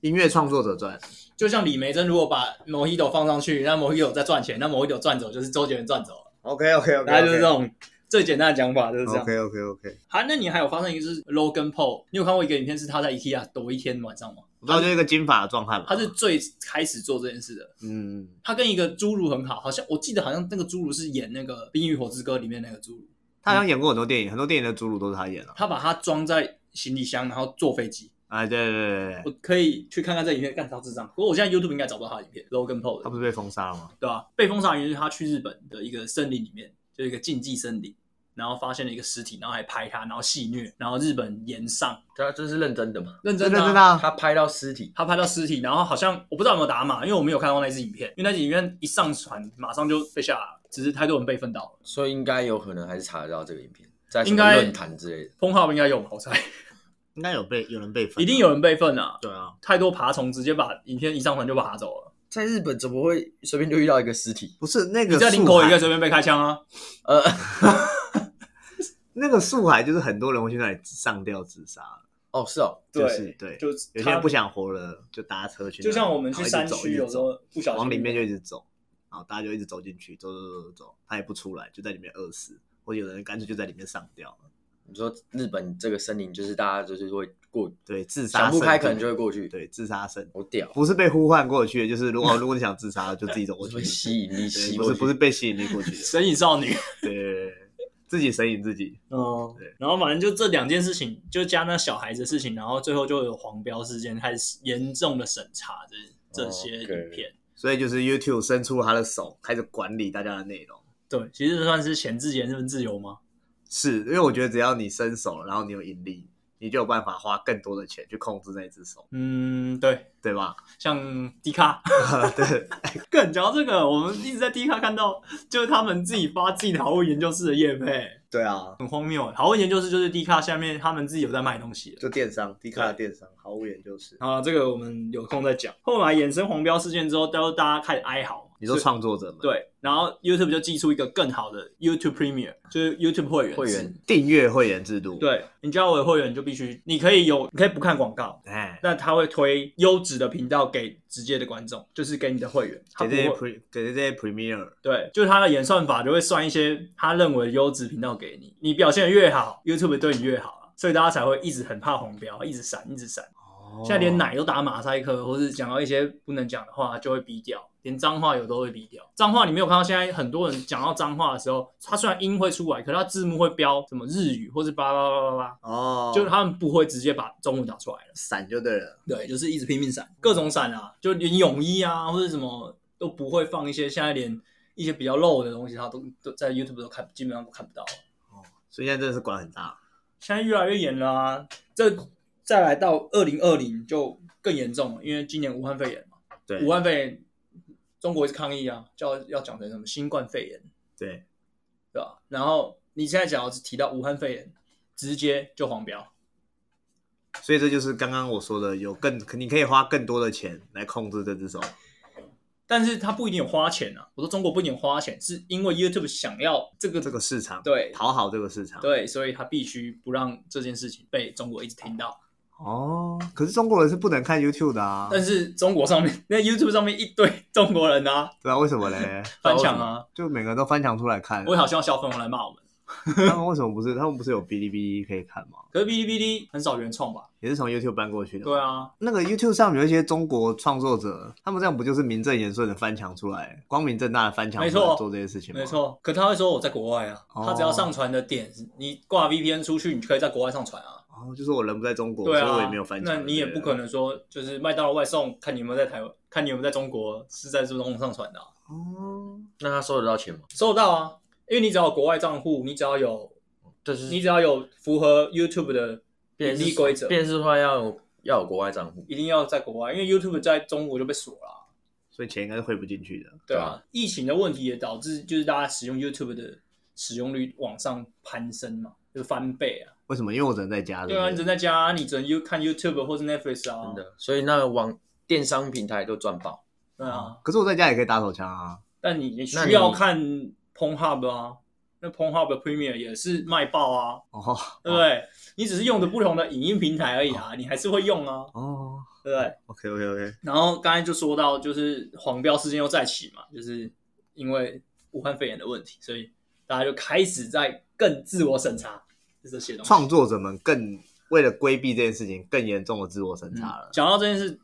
[SPEAKER 2] 音乐创作者赚。
[SPEAKER 4] 就像李梅珍如果把 Mojito 放上去，那 Mojito 再赚钱，那 Mojito 赚走就是周杰伦赚走了，
[SPEAKER 2] OK OK OK，
[SPEAKER 4] 大家就是这种最简单的讲法就是这样。
[SPEAKER 2] OK OK OK，
[SPEAKER 4] 好，那你还有发生一个就是 Logan Paul，你有看过一个影片是他在 IKEA 躲一天晚上吗？
[SPEAKER 2] 我知道就是一个金发的状态嘛。
[SPEAKER 4] 他是最开始做这件事的。
[SPEAKER 2] 嗯，
[SPEAKER 4] 他跟一个侏儒很好，好像我记得好像那个侏儒是演那个《冰与火之歌》里面那个侏儒，
[SPEAKER 2] 他好像演过很多电影，很多电影的主鲁都是他演的、
[SPEAKER 4] 他把它装在行李箱，然后坐飞机，
[SPEAKER 2] 哎，对对对对
[SPEAKER 4] 我
[SPEAKER 2] 对，
[SPEAKER 4] 可以去看看这影片，干超智障。不过我现在 YouTube 应该找不到他的影片，Logan Paul
[SPEAKER 2] 他
[SPEAKER 4] 的，
[SPEAKER 2] 不是被封杀了吗？
[SPEAKER 4] 对吧、被封杀的原因是他去日本的一个森林里面，就是一个禁忌森林，然后发现了一个尸体，然后还拍他，然后戏虐，然后日本延上，
[SPEAKER 3] 他这是认真的嘛？
[SPEAKER 4] 认
[SPEAKER 2] 真
[SPEAKER 4] 真
[SPEAKER 2] 的
[SPEAKER 4] 的、
[SPEAKER 2] 真的
[SPEAKER 4] 啊。
[SPEAKER 2] 啊，
[SPEAKER 3] 他拍到尸体，
[SPEAKER 4] 他拍到尸体，然后好像我不知道有没有打码，因为我没有看到那支影片，因为那支影片一上传马上就被下来了，只是太多人被分到了。
[SPEAKER 3] 所以应该有可能还是查得到这个影片，在什
[SPEAKER 4] 应
[SPEAKER 3] 么
[SPEAKER 4] 该
[SPEAKER 3] 论坛之类的。
[SPEAKER 4] 封号应该有吧，我猜
[SPEAKER 2] 应该有被有人被封，
[SPEAKER 4] 一定有人被分啊！
[SPEAKER 2] 对啊，
[SPEAKER 4] 太多爬虫直接把影片一上传就把他走了。
[SPEAKER 3] 在日本怎么会随便就遇到一个尸体？
[SPEAKER 2] 不是那个
[SPEAKER 4] 你在
[SPEAKER 2] 树
[SPEAKER 4] 林口也
[SPEAKER 2] 海
[SPEAKER 4] 可以随便被开枪啊！
[SPEAKER 3] 呃，
[SPEAKER 2] 那个素海就是很多人会去那里上吊自杀，
[SPEAKER 3] 哦，是哦，
[SPEAKER 2] 就是对
[SPEAKER 4] 就是
[SPEAKER 2] 有些人不
[SPEAKER 4] 他，
[SPEAKER 2] 想活了就搭车去那
[SPEAKER 4] 就
[SPEAKER 2] 里，
[SPEAKER 4] 像我们去
[SPEAKER 2] 然后一直
[SPEAKER 4] 山
[SPEAKER 2] 走
[SPEAKER 4] 区，
[SPEAKER 2] 一直
[SPEAKER 4] 有时
[SPEAKER 2] 走
[SPEAKER 4] 候不小心
[SPEAKER 2] 往里面就一直走，然后大家就一直走进去，走走走走走，他也不出来，就在里面饿死，或者有人干脆就在里面上吊了。
[SPEAKER 3] 你说日本这个森林，就是大家就是会过，
[SPEAKER 2] 对，自杀
[SPEAKER 3] 想不
[SPEAKER 2] 圣
[SPEAKER 3] 开
[SPEAKER 2] 地
[SPEAKER 3] 可能就会过去。
[SPEAKER 2] 对自杀圣，
[SPEAKER 3] 好屌，
[SPEAKER 2] 不是被呼唤过去的，就是如果如果你想自杀，就自己走过
[SPEAKER 3] 我
[SPEAKER 2] 去
[SPEAKER 3] 是， 被吸引力
[SPEAKER 2] 对
[SPEAKER 3] 吸
[SPEAKER 2] 不
[SPEAKER 3] 过
[SPEAKER 2] 是
[SPEAKER 3] 去，
[SPEAKER 2] 不是被吸引力过去的，
[SPEAKER 4] 神隐少女。
[SPEAKER 2] 对对对对，自己神隐自己，
[SPEAKER 4] 嗯
[SPEAKER 2] 对，
[SPEAKER 4] 然后反正就这两件事情，就加那小孩子的事情，然后最后就有黄标事件，开始严重的审查
[SPEAKER 2] 哦
[SPEAKER 4] 这这些
[SPEAKER 3] OK
[SPEAKER 4] 影片。
[SPEAKER 2] 所以就是 YouTube 伸出他的手，开始管理大家的内容。
[SPEAKER 4] 对，其实这算是前置言论自由吗？
[SPEAKER 2] 是因为我觉得只要你伸手，然后你有盈利，你就有办法花更多的钱去控制那只手，
[SPEAKER 4] 嗯，对，
[SPEAKER 2] 对吧？
[SPEAKER 4] 像迪卡，
[SPEAKER 2] 啊对，
[SPEAKER 4] 更讲到这个，我们一直在迪卡看到，就是他们自己发自己的好问研究室的业配，
[SPEAKER 2] 对啊，
[SPEAKER 4] 很荒谬。好问研究室就是迪卡下面他们自己有在卖东西的。
[SPEAKER 2] 就电商，低卡的电商，毫无研究是。
[SPEAKER 4] 啊，这个我们有空再讲。后来衍生黄标事件之后，都大家开始哀嚎，
[SPEAKER 2] 你说
[SPEAKER 4] 所以
[SPEAKER 2] 创作者们，，
[SPEAKER 4] 对，然后 YouTube 就寄出一个更好的 YouTube Premier，就是 YouTube 会员制
[SPEAKER 3] 会员。
[SPEAKER 2] 订阅会员制度，，
[SPEAKER 4] 对你加我的会员就必须，你可以有，你可以不看广告，
[SPEAKER 2] 哎，
[SPEAKER 4] 那他会推优质的频道给直接的观众，就是给你的会员。他
[SPEAKER 2] 给
[SPEAKER 4] 不
[SPEAKER 2] 这些
[SPEAKER 4] 会，
[SPEAKER 2] pre 给这些 Premier，
[SPEAKER 4] 对，就是他的演算法就会算一些他认为优质频道给你，你表现的越好，YouTube 对你越好啊。所以大家才会一直很怕黄标，一直闪，一直闪。现在连奶都打马赛克，或是讲到一些不能讲的话就会逼掉，连脏话有都会逼掉。脏话你没有看到，现在很多人讲到脏话的时候，他虽然音会出来，可是他字幕会标什么日语或是叭叭叭叭叭，
[SPEAKER 2] 哦，
[SPEAKER 4] 就是他们不会直接把中文打出来了。
[SPEAKER 2] 闪就对了，
[SPEAKER 4] 对，就是一直拼命闪，各种闪啊，就连泳衣啊或者什么都不会放一些，现在连一些比较露的东西，他都都在 YouTube 都看，基本上都看不到了。
[SPEAKER 2] 所以现在真的是管很大，
[SPEAKER 4] 现在越来越严了啊！这再来到二零二零就更严重了，因为今年武汉肺炎嘛。
[SPEAKER 2] 对
[SPEAKER 4] 武，汉肺炎，中国一直抗议啊，叫要讲成什么新冠肺炎，
[SPEAKER 2] 对，
[SPEAKER 4] 对吧？然后你现在讲要是提到武汉肺炎，直接就黄标，
[SPEAKER 2] 所以这就是刚刚我说的，有更你可以花更多的钱来控制这只手，
[SPEAKER 4] 但是他不一定有花钱啊。我说中国不一定有花钱，是因为 YouTube 想要这个
[SPEAKER 2] 这个市场，
[SPEAKER 4] 对
[SPEAKER 2] 讨好这个市场，，
[SPEAKER 4] 对，所以他必须不让这件事情被中国一直听到。
[SPEAKER 2] 哦，可是中国人是不能看 YouTube 的啊，
[SPEAKER 4] 但是中国上面那 YouTube 上面一堆中国人啊，
[SPEAKER 2] 对啊，为什么 嘞？
[SPEAKER 4] 翻墙啊，
[SPEAKER 2] 就每个人都翻墙出来看，
[SPEAKER 4] 我也好希望小粉红来骂我们。
[SPEAKER 2] 他们为什么不是？他们不是有哔哩哔哩可以看吗？
[SPEAKER 4] 可是哔哩哔哩很少原创吧？
[SPEAKER 2] 也是从 YouTube 搬过去的，
[SPEAKER 4] 对啊，
[SPEAKER 2] 那个 YouTube 上有一些中国创作者，他们这样不就是名正言顺的翻墙出来，光明正大的翻墙
[SPEAKER 4] 没
[SPEAKER 2] 出
[SPEAKER 4] 错
[SPEAKER 2] 来做这些事情吗？
[SPEAKER 4] 没，错，可他会说我在国外啊，
[SPEAKER 2] 哦
[SPEAKER 4] 他只要上传的点，你挂 VPN 出去，你就可以在国外上传啊。
[SPEAKER 2] 哦，就是我人不在中国，
[SPEAKER 4] 对
[SPEAKER 2] 所以我也
[SPEAKER 4] 啊
[SPEAKER 2] 没有翻，墙。
[SPEAKER 4] 那你也
[SPEAKER 2] 对
[SPEAKER 4] 不可能说就是麦当劳外送，看你有没有在台湾，看你有没有在中国是在中国上传的啊、
[SPEAKER 2] 哦，
[SPEAKER 3] 那他收得到钱吗？
[SPEAKER 4] 收得到啊，因为你只要有国外账户，你只要有
[SPEAKER 3] 就是
[SPEAKER 4] 你只要有符合 YouTube 的
[SPEAKER 3] 便
[SPEAKER 4] 盈利
[SPEAKER 3] 是
[SPEAKER 4] 规则，
[SPEAKER 3] 便是话要有要有国外账户，
[SPEAKER 4] 一定要在国外，因为 YouTube 在中国就被锁了啊、
[SPEAKER 2] 所以钱应该是汇不进去的。
[SPEAKER 4] 对
[SPEAKER 3] 对
[SPEAKER 4] 啊
[SPEAKER 3] 啊，
[SPEAKER 4] 疫情的问题也导致就是大家使用 YouTube 的使用率往上攀升嘛，就翻倍啊。
[SPEAKER 2] 为什么？因为我只能在家。
[SPEAKER 4] 对啊，你
[SPEAKER 2] 是
[SPEAKER 4] 只
[SPEAKER 2] 不
[SPEAKER 4] 能
[SPEAKER 2] 是
[SPEAKER 4] 在家、啊，你只能 You 看 YouTube 或是 Netflix 啊。
[SPEAKER 3] 真的，所以那个网电商平台都赚爆。
[SPEAKER 4] 对啊，
[SPEAKER 2] 哦可是我在家也可以打手枪啊。
[SPEAKER 4] 但你你
[SPEAKER 3] 那
[SPEAKER 4] 需
[SPEAKER 3] 你
[SPEAKER 4] 要看 PornHub 啊，那 PornHub 的 Premier 也是卖爆啊，
[SPEAKER 2] 哦
[SPEAKER 4] 对不对？你只是用的不同的影音平台而已啊，你还是会用啊，
[SPEAKER 2] 哦
[SPEAKER 4] 对不对？
[SPEAKER 2] ，OK OK OK，
[SPEAKER 4] 然后刚才就说到，就是黄标事件又再起嘛，就是因为武汉肺炎的问题，所以大家就开始在更自我审查就这些东西。
[SPEAKER 2] 创作者们更为了规避这件事情，更严重的自我审查了
[SPEAKER 4] 嗯。讲到这件事，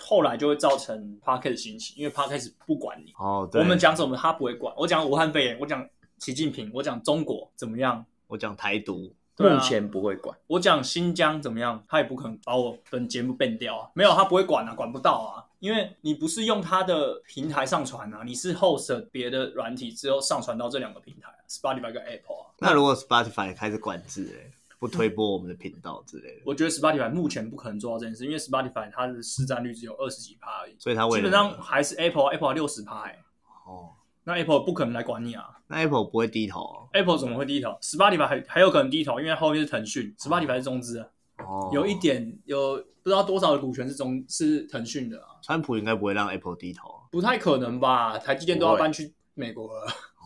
[SPEAKER 4] 后来就会造成 Podcast 兴起，因为 Podcast 不管你，
[SPEAKER 2] 哦，对，
[SPEAKER 4] 我们讲什么他不会管。我讲武汉肺炎，我讲习近平，我讲中国怎么样，
[SPEAKER 2] 我讲台独，
[SPEAKER 4] 对啊
[SPEAKER 3] 目前不会管，
[SPEAKER 4] 我讲新疆怎么样，他也不可能把我本节目变掉啊。没有，他不会管啊，管不到啊。因为你不是用他的平台上传啊，你是 host 别的软体之后上传到这两个平台、啊、，Spotify 跟 Apple 啊。
[SPEAKER 2] 那如果 Spotify 开始管制、欸，不推
[SPEAKER 4] 嗯
[SPEAKER 2] 播我们的频道之类的，
[SPEAKER 4] 我觉得 Spotify 目前不可能做到这件事，因为 Spotify 它的市占率只有二十几趴而已，
[SPEAKER 2] 所以他为
[SPEAKER 4] 基
[SPEAKER 2] 了
[SPEAKER 4] 本上还是 Apple，Apple 六十趴哎。
[SPEAKER 2] 哦。
[SPEAKER 4] 那 Apple 不可能来管你啊
[SPEAKER 2] 那 Apple 不会低头哦
[SPEAKER 4] ，Apple 怎么会低头？Spotify 还还有可能低头，因为后面是腾讯，Spotify 是中资啊，
[SPEAKER 2] 哦，
[SPEAKER 4] 有一点有不知道多少的股权是中是腾讯的啊，
[SPEAKER 2] 川普应该不会让 Apple 低头哦
[SPEAKER 4] 不太可能吧？台积电都要搬去美国了，
[SPEAKER 2] 哦。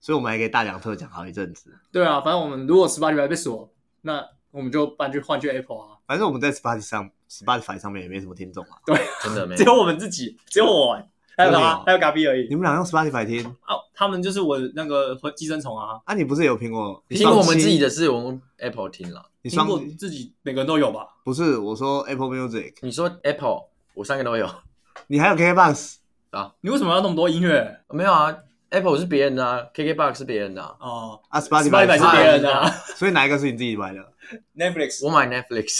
[SPEAKER 2] 所以我们还可以大讲特讲好一阵子。
[SPEAKER 4] 对啊，反正我们如果 Spotify 被锁，那我们就搬去换去 Apple 啊，
[SPEAKER 2] 反正我们在 Spotify 上，Spotify 上面也没什么听众啊。
[SPEAKER 3] 真的没
[SPEAKER 4] 只有我们自己，只有我、欸，还有
[SPEAKER 2] 真的
[SPEAKER 4] 他
[SPEAKER 2] 哦，
[SPEAKER 4] 还有嘎比而已
[SPEAKER 2] 你。们俩用 Spotify 听
[SPEAKER 4] 啊，他们就是我那个寄生虫啊，
[SPEAKER 2] 啊？你不是有苹果？
[SPEAKER 3] 听我们自己的是我们 Apple 听了。
[SPEAKER 2] 你
[SPEAKER 4] 苹
[SPEAKER 2] 双
[SPEAKER 4] 果自己每个人都有吧？
[SPEAKER 2] 不是我说 Apple Music，
[SPEAKER 3] 你说 Apple，我三个都有。
[SPEAKER 2] 你还有 KKBox，
[SPEAKER 4] 你为什么要那么多音乐？
[SPEAKER 3] 没有啊，Apple 是别人的、啊、，KKBox 是别人的、啊。
[SPEAKER 4] 哦
[SPEAKER 2] 啊
[SPEAKER 4] ，Spotify
[SPEAKER 2] ，Spotify
[SPEAKER 4] 是别人的啊
[SPEAKER 2] 所以哪一个是你自己买的？
[SPEAKER 4] ，Netflix
[SPEAKER 3] 我买 Netflix，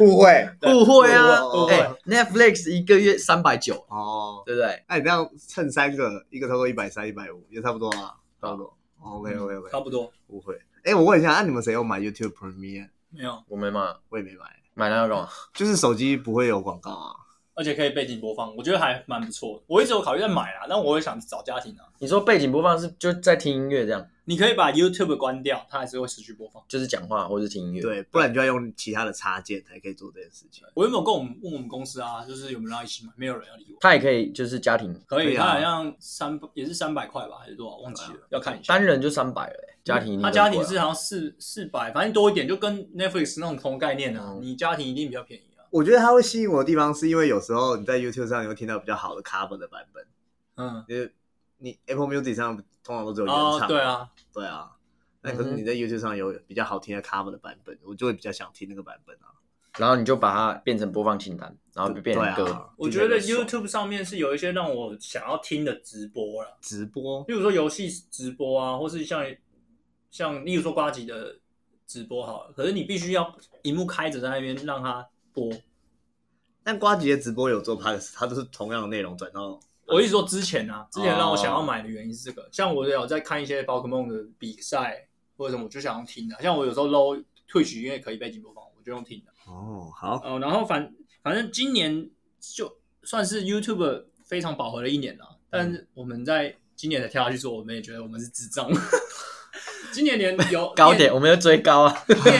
[SPEAKER 2] 误会
[SPEAKER 4] 哦对
[SPEAKER 3] 误会啊
[SPEAKER 2] 误！
[SPEAKER 4] 会
[SPEAKER 3] 哎、n e t f l i x 一个月三百九，
[SPEAKER 2] 哦。
[SPEAKER 3] 对不对？
[SPEAKER 2] 那你这样蹭三个，一个超过一百三、一百五，也差不多啦，差不多。OK OK
[SPEAKER 4] 差
[SPEAKER 2] OK，
[SPEAKER 4] 不多，
[SPEAKER 2] 误会。哎，我问一下，那你们谁有买 YouTube Premium？
[SPEAKER 4] 没有，
[SPEAKER 3] 我没买，
[SPEAKER 2] 我也没买，
[SPEAKER 3] 买那个干嘛？
[SPEAKER 2] 就是手机不会有广告啊。
[SPEAKER 4] 而且可以背景播放，我觉得还蛮不错的。我一直有考虑在买啊啦，但我也想找家庭啊。
[SPEAKER 3] 你说背景播放是就在听音乐这样，
[SPEAKER 4] 你可以把 YouTube 关掉，它还是会持续播放。
[SPEAKER 3] 就是讲话或是听音乐。，
[SPEAKER 2] 对，不然你就要用其他的插件才可以做这件事情。
[SPEAKER 4] 我原本跟我们问我们公司啊，就是有没有人要一起买，没有人要理我。
[SPEAKER 3] 它也可以就是家庭
[SPEAKER 4] 可
[SPEAKER 2] 可
[SPEAKER 4] 以，
[SPEAKER 2] 以啊
[SPEAKER 4] 它好像三也是三百块吧，还是多少忘记了，要看一下。
[SPEAKER 3] 啊单人就三百了、欸，家庭一定
[SPEAKER 4] 它家庭
[SPEAKER 3] 更贵
[SPEAKER 4] 是
[SPEAKER 3] 啊
[SPEAKER 4] 好像四四百，反正多一点，就跟 Netflix 那种同概念啊。
[SPEAKER 3] 嗯
[SPEAKER 4] 你家庭一定比较便宜啊。
[SPEAKER 2] 我觉得它会吸引我的地方，是因为有时候你在 YouTube 上你会听到比较好的 cover 的版本，
[SPEAKER 4] 嗯，
[SPEAKER 2] 就是你 Apple Music 上通常都只有原唱
[SPEAKER 4] 哦
[SPEAKER 2] 嘛，，
[SPEAKER 4] 对啊，
[SPEAKER 2] 对啊。那可是你在 YouTube 上有比较好听的 cover 的版本，我就会比较想听那个版本啊。
[SPEAKER 3] 然后你就把它变成播放清单，然后就变
[SPEAKER 2] 对
[SPEAKER 3] 成歌。
[SPEAKER 2] 啊，
[SPEAKER 4] 我觉得
[SPEAKER 2] 听起来就爽
[SPEAKER 4] YouTube 上面是有一些让我想要听的直播啦，
[SPEAKER 2] 直播
[SPEAKER 4] 例如说游戏直播啊，或是像像例如说瓜吉的直播好了，可是你必须要荧幕开着在那边让它播。
[SPEAKER 2] 但瓜吉的直播有做 p o d c a s 他都是同样的内容转到
[SPEAKER 4] 我一直说之前啊，之前让我想要买的原因是这个。像我有在看一些宝可梦的比赛或者什么，我就想要听的。像我有时候 low 退取音乐可以背景播放，我就用听的。
[SPEAKER 2] 哦，好，
[SPEAKER 4] 哦，然后反反正今年就算是 YouTube 非常饱和的一年了，但是我们在今年才跳下去做，我们也觉得我们是智障。 今年连有
[SPEAKER 3] 高点，我们要追高啊！
[SPEAKER 4] 电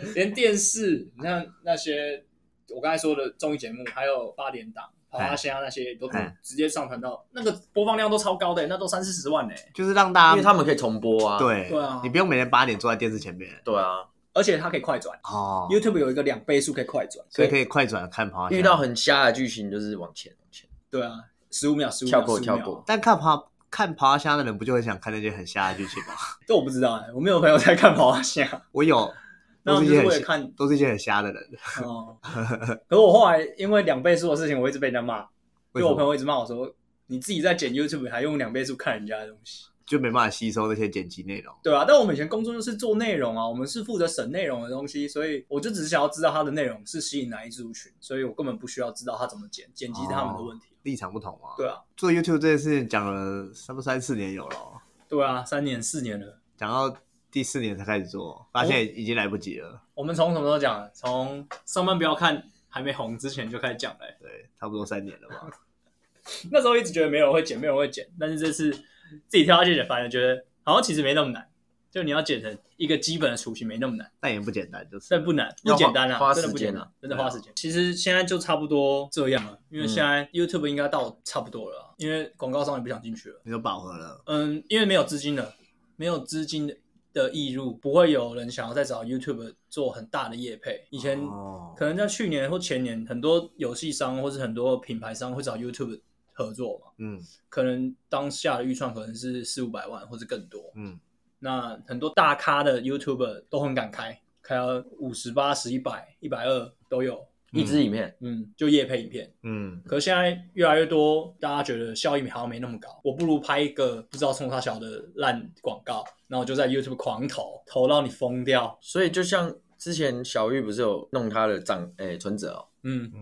[SPEAKER 4] 连电视，你看那些我刚才说的综艺节目，还有八点档、跑拉虾那些，都
[SPEAKER 2] 哎
[SPEAKER 4] 直接上传到那个播放量都超高的、欸那都三四十万呢、
[SPEAKER 2] 就是让大家
[SPEAKER 3] 因为他们可以重播啊。
[SPEAKER 2] 对
[SPEAKER 4] 对啊
[SPEAKER 2] 你不用每天八点坐在电视前面
[SPEAKER 3] 对啊，
[SPEAKER 4] 而且它可以快转、
[SPEAKER 2] 哦，
[SPEAKER 4] y o u t u b e 有一个两倍速可以快转，
[SPEAKER 2] 所以可以快转看跑。啊
[SPEAKER 3] 遇到，很瞎的剧情就是往前往前。
[SPEAKER 4] 对啊，十五秒、十五
[SPEAKER 3] 跳过跳过，
[SPEAKER 2] 但看爬看爬虾的人不就很想看那些很瞎的剧情吗？
[SPEAKER 4] 这我不知道哎、我没有朋友在看跑拉虾，
[SPEAKER 2] 我有，
[SPEAKER 4] 那我
[SPEAKER 2] 都
[SPEAKER 4] 就是
[SPEAKER 2] 一
[SPEAKER 4] 是
[SPEAKER 2] 些很
[SPEAKER 4] 为了
[SPEAKER 2] 瞎，
[SPEAKER 4] 看
[SPEAKER 2] 都是一些很瞎的人。
[SPEAKER 4] 哦，可是我后来因为两倍速的事情，我一直被人家骂，就
[SPEAKER 2] 为什
[SPEAKER 4] 我
[SPEAKER 2] 么
[SPEAKER 4] 朋友一直骂我说，你自己在剪 YouTube 还用两倍速看人家的东西，
[SPEAKER 2] 就没办法吸收那些剪辑内容。
[SPEAKER 4] 对啊。但我们以前工作就是做内容啊，我们是负责审内容的东西，所以我就只是想要知道它的内容是吸引哪一族群，所以我根本不需要知道它怎么剪，剪辑是他们的问题。
[SPEAKER 2] 立场不同嘛。
[SPEAKER 4] 对啊，
[SPEAKER 2] 做 YouTube 这件事情讲了差不多三四年有了哦，
[SPEAKER 4] 对啊，三年四年了，
[SPEAKER 2] 讲到第四年才开始做，发现已经来不及了。
[SPEAKER 4] 我们从什么时候讲？从上班不要看还没红之前就开始讲嘞、
[SPEAKER 2] 对，差不多三年了吧。
[SPEAKER 4] 哦那时候一直觉得没有人会剪，没有人会剪，但是这次自己跳下去剪，反而觉得好像其实没那么难。就你要剪成一个基本的雏形没那么难，
[SPEAKER 2] 但也不简单，就是
[SPEAKER 4] 但不难，不
[SPEAKER 3] 要花
[SPEAKER 4] 简单啊，
[SPEAKER 3] 花
[SPEAKER 4] 真的不
[SPEAKER 3] 时间
[SPEAKER 4] 简单，真的花时间。其实现在就差不多这样了，
[SPEAKER 3] 嗯
[SPEAKER 4] 因为现在 YouTube 应该到差不多了啊，因为广告商也不想进去了。
[SPEAKER 2] 你就饱和了。
[SPEAKER 4] 嗯，因为没有资金了，没有资金的的溢入，不会有人想要再找 YouTube 做很大的业配。以前
[SPEAKER 2] 哦，
[SPEAKER 4] 可能在去年或前年，很多游戏商或是很多品牌商会找 YouTube 合作嘛，
[SPEAKER 2] 嗯
[SPEAKER 4] 可能当下的预算可能是四五百万或者更多。
[SPEAKER 2] 嗯，
[SPEAKER 4] 那很多大咖的 YouTuber 都很敢开，开到五十八、十一百、一百二都有。
[SPEAKER 3] 一支影片，
[SPEAKER 4] 嗯，就夜配影片，
[SPEAKER 2] 嗯，
[SPEAKER 4] 可是现在越来越多，大家觉得效益好像没那么高，我不如拍一个不知道冲啥小的烂广告，然后我就在 YouTube 狂投，投到你疯掉。
[SPEAKER 3] 所以就像之前小玉不是有弄他的账诶存折哦，
[SPEAKER 4] 嗯，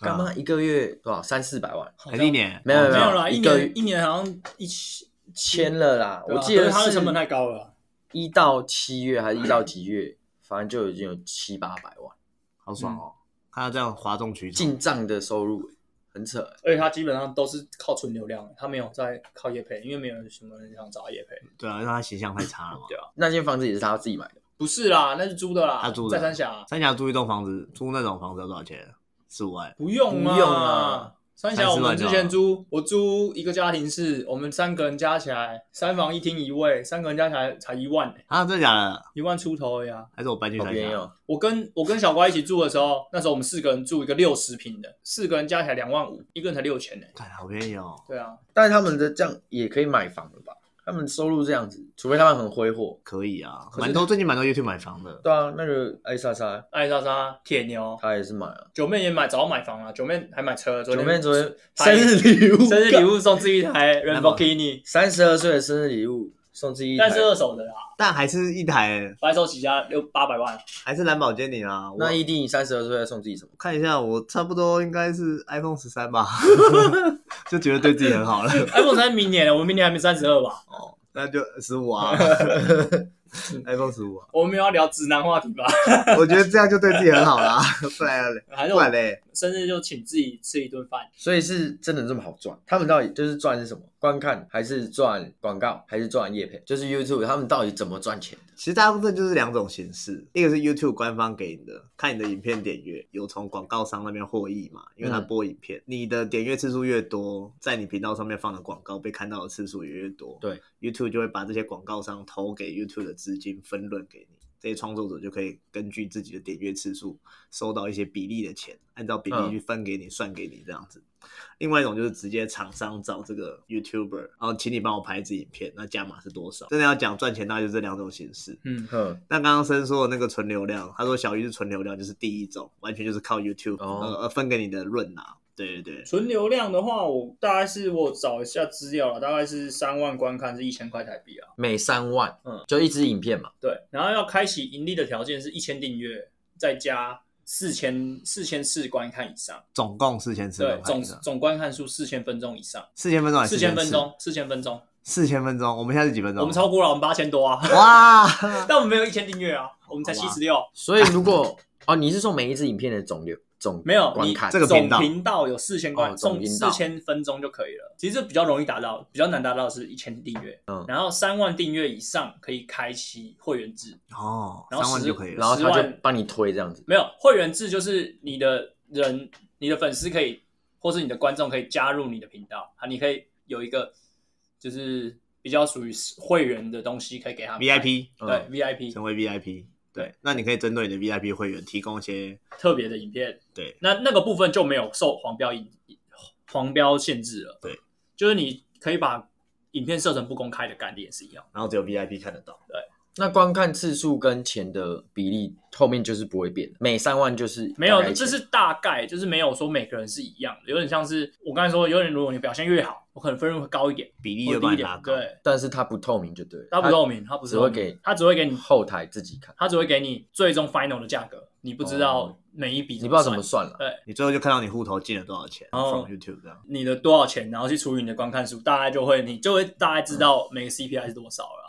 [SPEAKER 3] 干
[SPEAKER 2] 啊？
[SPEAKER 3] 嘛一个月多少三四百万？
[SPEAKER 4] 好
[SPEAKER 2] 还
[SPEAKER 4] 像
[SPEAKER 2] 是一年？哦
[SPEAKER 3] 没有
[SPEAKER 4] 没有啦，
[SPEAKER 3] 一
[SPEAKER 4] 一
[SPEAKER 3] 个
[SPEAKER 4] 年一年好像一千
[SPEAKER 3] 签了啦，
[SPEAKER 4] 嗯对啊
[SPEAKER 3] 我记得
[SPEAKER 4] 可是它的成本
[SPEAKER 3] 是
[SPEAKER 4] 太高了啊。
[SPEAKER 3] 一到七月还是一到几月，反正就已经有七八百万
[SPEAKER 2] 好爽
[SPEAKER 4] 嗯
[SPEAKER 2] 哦！看他这样哗众取宠，
[SPEAKER 3] 进账的收入，很扯欸。
[SPEAKER 4] 而且它基本上都是靠纯流量，它没有在靠业配，因为没有什么人想找业配。
[SPEAKER 2] 对啊，因为他形象太差了嘛。
[SPEAKER 3] 那间房子也是他自己买的，
[SPEAKER 4] 不是啦，那是租的啦，
[SPEAKER 2] 他租的
[SPEAKER 4] 在三峡啊、
[SPEAKER 2] 三峡租一栋房子，租那种房子要多少钱？四五万。
[SPEAKER 4] 不用
[SPEAKER 3] 不
[SPEAKER 4] 啊
[SPEAKER 3] 用啊，
[SPEAKER 4] 三峡我们之
[SPEAKER 2] 还是
[SPEAKER 4] 前
[SPEAKER 2] 蛮
[SPEAKER 4] 租，我租一个家庭是，我们三个人加起来，三房一厅一卫，三个人加起来才一万、欸，
[SPEAKER 2] 啊，真的假的？
[SPEAKER 4] 一万出头而已啊。
[SPEAKER 2] 还是我搬去
[SPEAKER 3] 好
[SPEAKER 2] 三
[SPEAKER 3] 便宜
[SPEAKER 2] 峡？
[SPEAKER 3] 哦，
[SPEAKER 4] 我跟我跟小乖一起住的时候，那时候我们四个人住一个六十平的，四个人加起来两万五，一个人才六千呢、
[SPEAKER 2] 看，好便宜哦。
[SPEAKER 4] 对啊，
[SPEAKER 3] 但是他们的这样也可以买房了吧？他们收入这样子，除非他们很挥霍。
[SPEAKER 2] 可以啊，
[SPEAKER 3] 可是
[SPEAKER 2] 蛮多最近蛮多 YouTube 买房的，
[SPEAKER 3] 对啊，那个艾莎莎
[SPEAKER 4] 艾莎莎、铁牛、
[SPEAKER 3] 她也是买啊，
[SPEAKER 4] 九妹也买早买房了，啊九妹还买车，昨
[SPEAKER 3] 九
[SPEAKER 4] 天
[SPEAKER 3] 妹昨天
[SPEAKER 4] 拍
[SPEAKER 3] 生日礼物，
[SPEAKER 4] 生日礼
[SPEAKER 3] 物，
[SPEAKER 4] 物送自己一 台 Lamborghini，
[SPEAKER 3] 三十二岁的生日礼物送自己一台
[SPEAKER 4] 但是二手的啦，啊
[SPEAKER 2] 但还是一台
[SPEAKER 4] 白手起家六八百 万，
[SPEAKER 2] 还是蓝宝坚尼啊。我
[SPEAKER 3] 那一定三十二岁要送自己什么？
[SPEAKER 2] 看一下，我差不多应该是 iPhone 十三 吧，就觉得对自己很好了。
[SPEAKER 4] iPhone 哎才明年，我们明年还没三十二吧？
[SPEAKER 2] 哦，那就十五 啊 ，iPhone 十五啊，
[SPEAKER 4] 我们没有要聊直男话题吧？
[SPEAKER 2] 我觉得这样就对自己很好 啦，不然嘞，
[SPEAKER 4] 还是
[SPEAKER 2] 不
[SPEAKER 4] 我
[SPEAKER 2] 然嘞，
[SPEAKER 4] 生日就请自己吃一顿饭，
[SPEAKER 3] 所以是真的这么好赚？他们到底就是赚是什么？观看还是赚广告，还是赚业配？就是 YouTube 他们到底怎么赚钱的？
[SPEAKER 2] 其实大部分就是两种形式，一个是 YouTube 官方给你的，看你的影片点阅，有从广告商那边获益嘛，因为他
[SPEAKER 3] 嗯
[SPEAKER 2] 播影片，你的点阅次数越多，在你频道上面放的广告被看到的次数也越多，
[SPEAKER 3] 对
[SPEAKER 2] ，YouTube 就会把这些广告商投给 YouTube 的资金分润给你。这些创作者就可以根据自己的点阅次数收到一些比例的钱，按照比例
[SPEAKER 3] 嗯
[SPEAKER 2] 去分给你、算给你这样子。另外一种就是直接厂商找这个 YouTuber，然后请你帮我拍一支影片，那价码是多少？真的要讲赚钱，那就是这两种形式。
[SPEAKER 4] 嗯，
[SPEAKER 3] 哼，
[SPEAKER 2] 那刚刚森说的那个纯流量，他说小鱼是纯流量，就是第一种，完全就是靠 YouTube
[SPEAKER 3] 哦
[SPEAKER 2] 呃而分给你的润啊。对对对，
[SPEAKER 4] 纯流量的话，我大概是我找一下资料了，大概是三万观看是一千块台币啊。
[SPEAKER 3] 每三万，
[SPEAKER 4] 嗯
[SPEAKER 3] 就一支影片嘛，
[SPEAKER 4] 对，然后要开启盈利的条件是一千订阅，再加四千四千次观看以上，
[SPEAKER 2] 总共四千次观
[SPEAKER 4] 对，
[SPEAKER 2] 看
[SPEAKER 4] 总
[SPEAKER 2] 以上，啊
[SPEAKER 4] 总观看数四千分钟以上，
[SPEAKER 2] 四千分钟还是
[SPEAKER 4] 四千分，钟，四千分钟，
[SPEAKER 2] 四千分钟，我们现在是几分钟？
[SPEAKER 4] 我们超过了，我们八千多啊，
[SPEAKER 2] 哇，
[SPEAKER 4] 但我们没有一千订阅啊，我们才
[SPEAKER 2] 好
[SPEAKER 4] 七
[SPEAKER 2] 吧
[SPEAKER 4] 十六，
[SPEAKER 3] 所以如果哦，你是说每一支影片的总流总
[SPEAKER 4] 没有
[SPEAKER 3] 观
[SPEAKER 4] 你
[SPEAKER 3] 看
[SPEAKER 2] 这个
[SPEAKER 4] 总
[SPEAKER 2] 频道
[SPEAKER 4] 频道有四千观，
[SPEAKER 3] 哦总
[SPEAKER 4] 送
[SPEAKER 3] 频
[SPEAKER 4] 四
[SPEAKER 3] 道
[SPEAKER 4] 千分钟就可以了。其实这比较容易达到，比较难达到的是一千订阅，
[SPEAKER 3] 嗯
[SPEAKER 4] 然后三万订阅以上可以开启会员制，
[SPEAKER 2] 哦，
[SPEAKER 4] 然后
[SPEAKER 2] 三万
[SPEAKER 4] 十
[SPEAKER 2] 就可以了
[SPEAKER 3] 然。后他
[SPEAKER 4] 10
[SPEAKER 3] 就
[SPEAKER 4] 万
[SPEAKER 3] 帮你推这样子，
[SPEAKER 4] 没有会员制就是你的人、你的粉丝可以，或是你的观众可以加入你的频道啊，你可以有一个就是比较属于会员的东西可以给他们看
[SPEAKER 2] VIP
[SPEAKER 4] 对、
[SPEAKER 3] 嗯
[SPEAKER 4] VIP
[SPEAKER 2] 成为 VIP，对
[SPEAKER 4] 对，
[SPEAKER 2] 那你可以针对你的 VIP 会员提供一些
[SPEAKER 4] 特别的影片，
[SPEAKER 2] 对，
[SPEAKER 4] 那那个部分就没有受黄标影黄标限制了，
[SPEAKER 2] 对，
[SPEAKER 4] 就是你可以把影片设成不公开的概念也是一样，
[SPEAKER 2] 然后只有 VIP 看得到。
[SPEAKER 3] 那观看次数跟钱的比例后面就是不会变的，每三万就是
[SPEAKER 4] 没有
[SPEAKER 3] 大概，一
[SPEAKER 4] 这
[SPEAKER 3] 千
[SPEAKER 4] 是大概，就是没有说每个人是一样的，有点像是我刚才说，有点如果你表现越好，我可能分数会高一点，
[SPEAKER 2] 比例
[SPEAKER 4] 或
[SPEAKER 2] 就
[SPEAKER 4] 者
[SPEAKER 2] 帮
[SPEAKER 4] 哦低一
[SPEAKER 2] 你
[SPEAKER 4] 点
[SPEAKER 2] 拉，高，
[SPEAKER 4] 对。
[SPEAKER 3] 但是它不透明就对了，
[SPEAKER 4] 他不透明，他不是
[SPEAKER 3] 只会
[SPEAKER 4] 透明
[SPEAKER 3] 给
[SPEAKER 4] 他只会给你，
[SPEAKER 3] 后台自己看，
[SPEAKER 4] 他只会给你最终 final 的价格，你不知道
[SPEAKER 3] 哦
[SPEAKER 4] 每一笔，
[SPEAKER 3] 你不知道怎么，算了。
[SPEAKER 4] 对，
[SPEAKER 2] 你最后就看到你户头进了多少钱
[SPEAKER 4] 哦
[SPEAKER 2] ，from YouTube 这样。
[SPEAKER 4] 你的多少钱，然后去除以你的观看数，大概就会你就会大概知道每个 CPI 是多少了。啊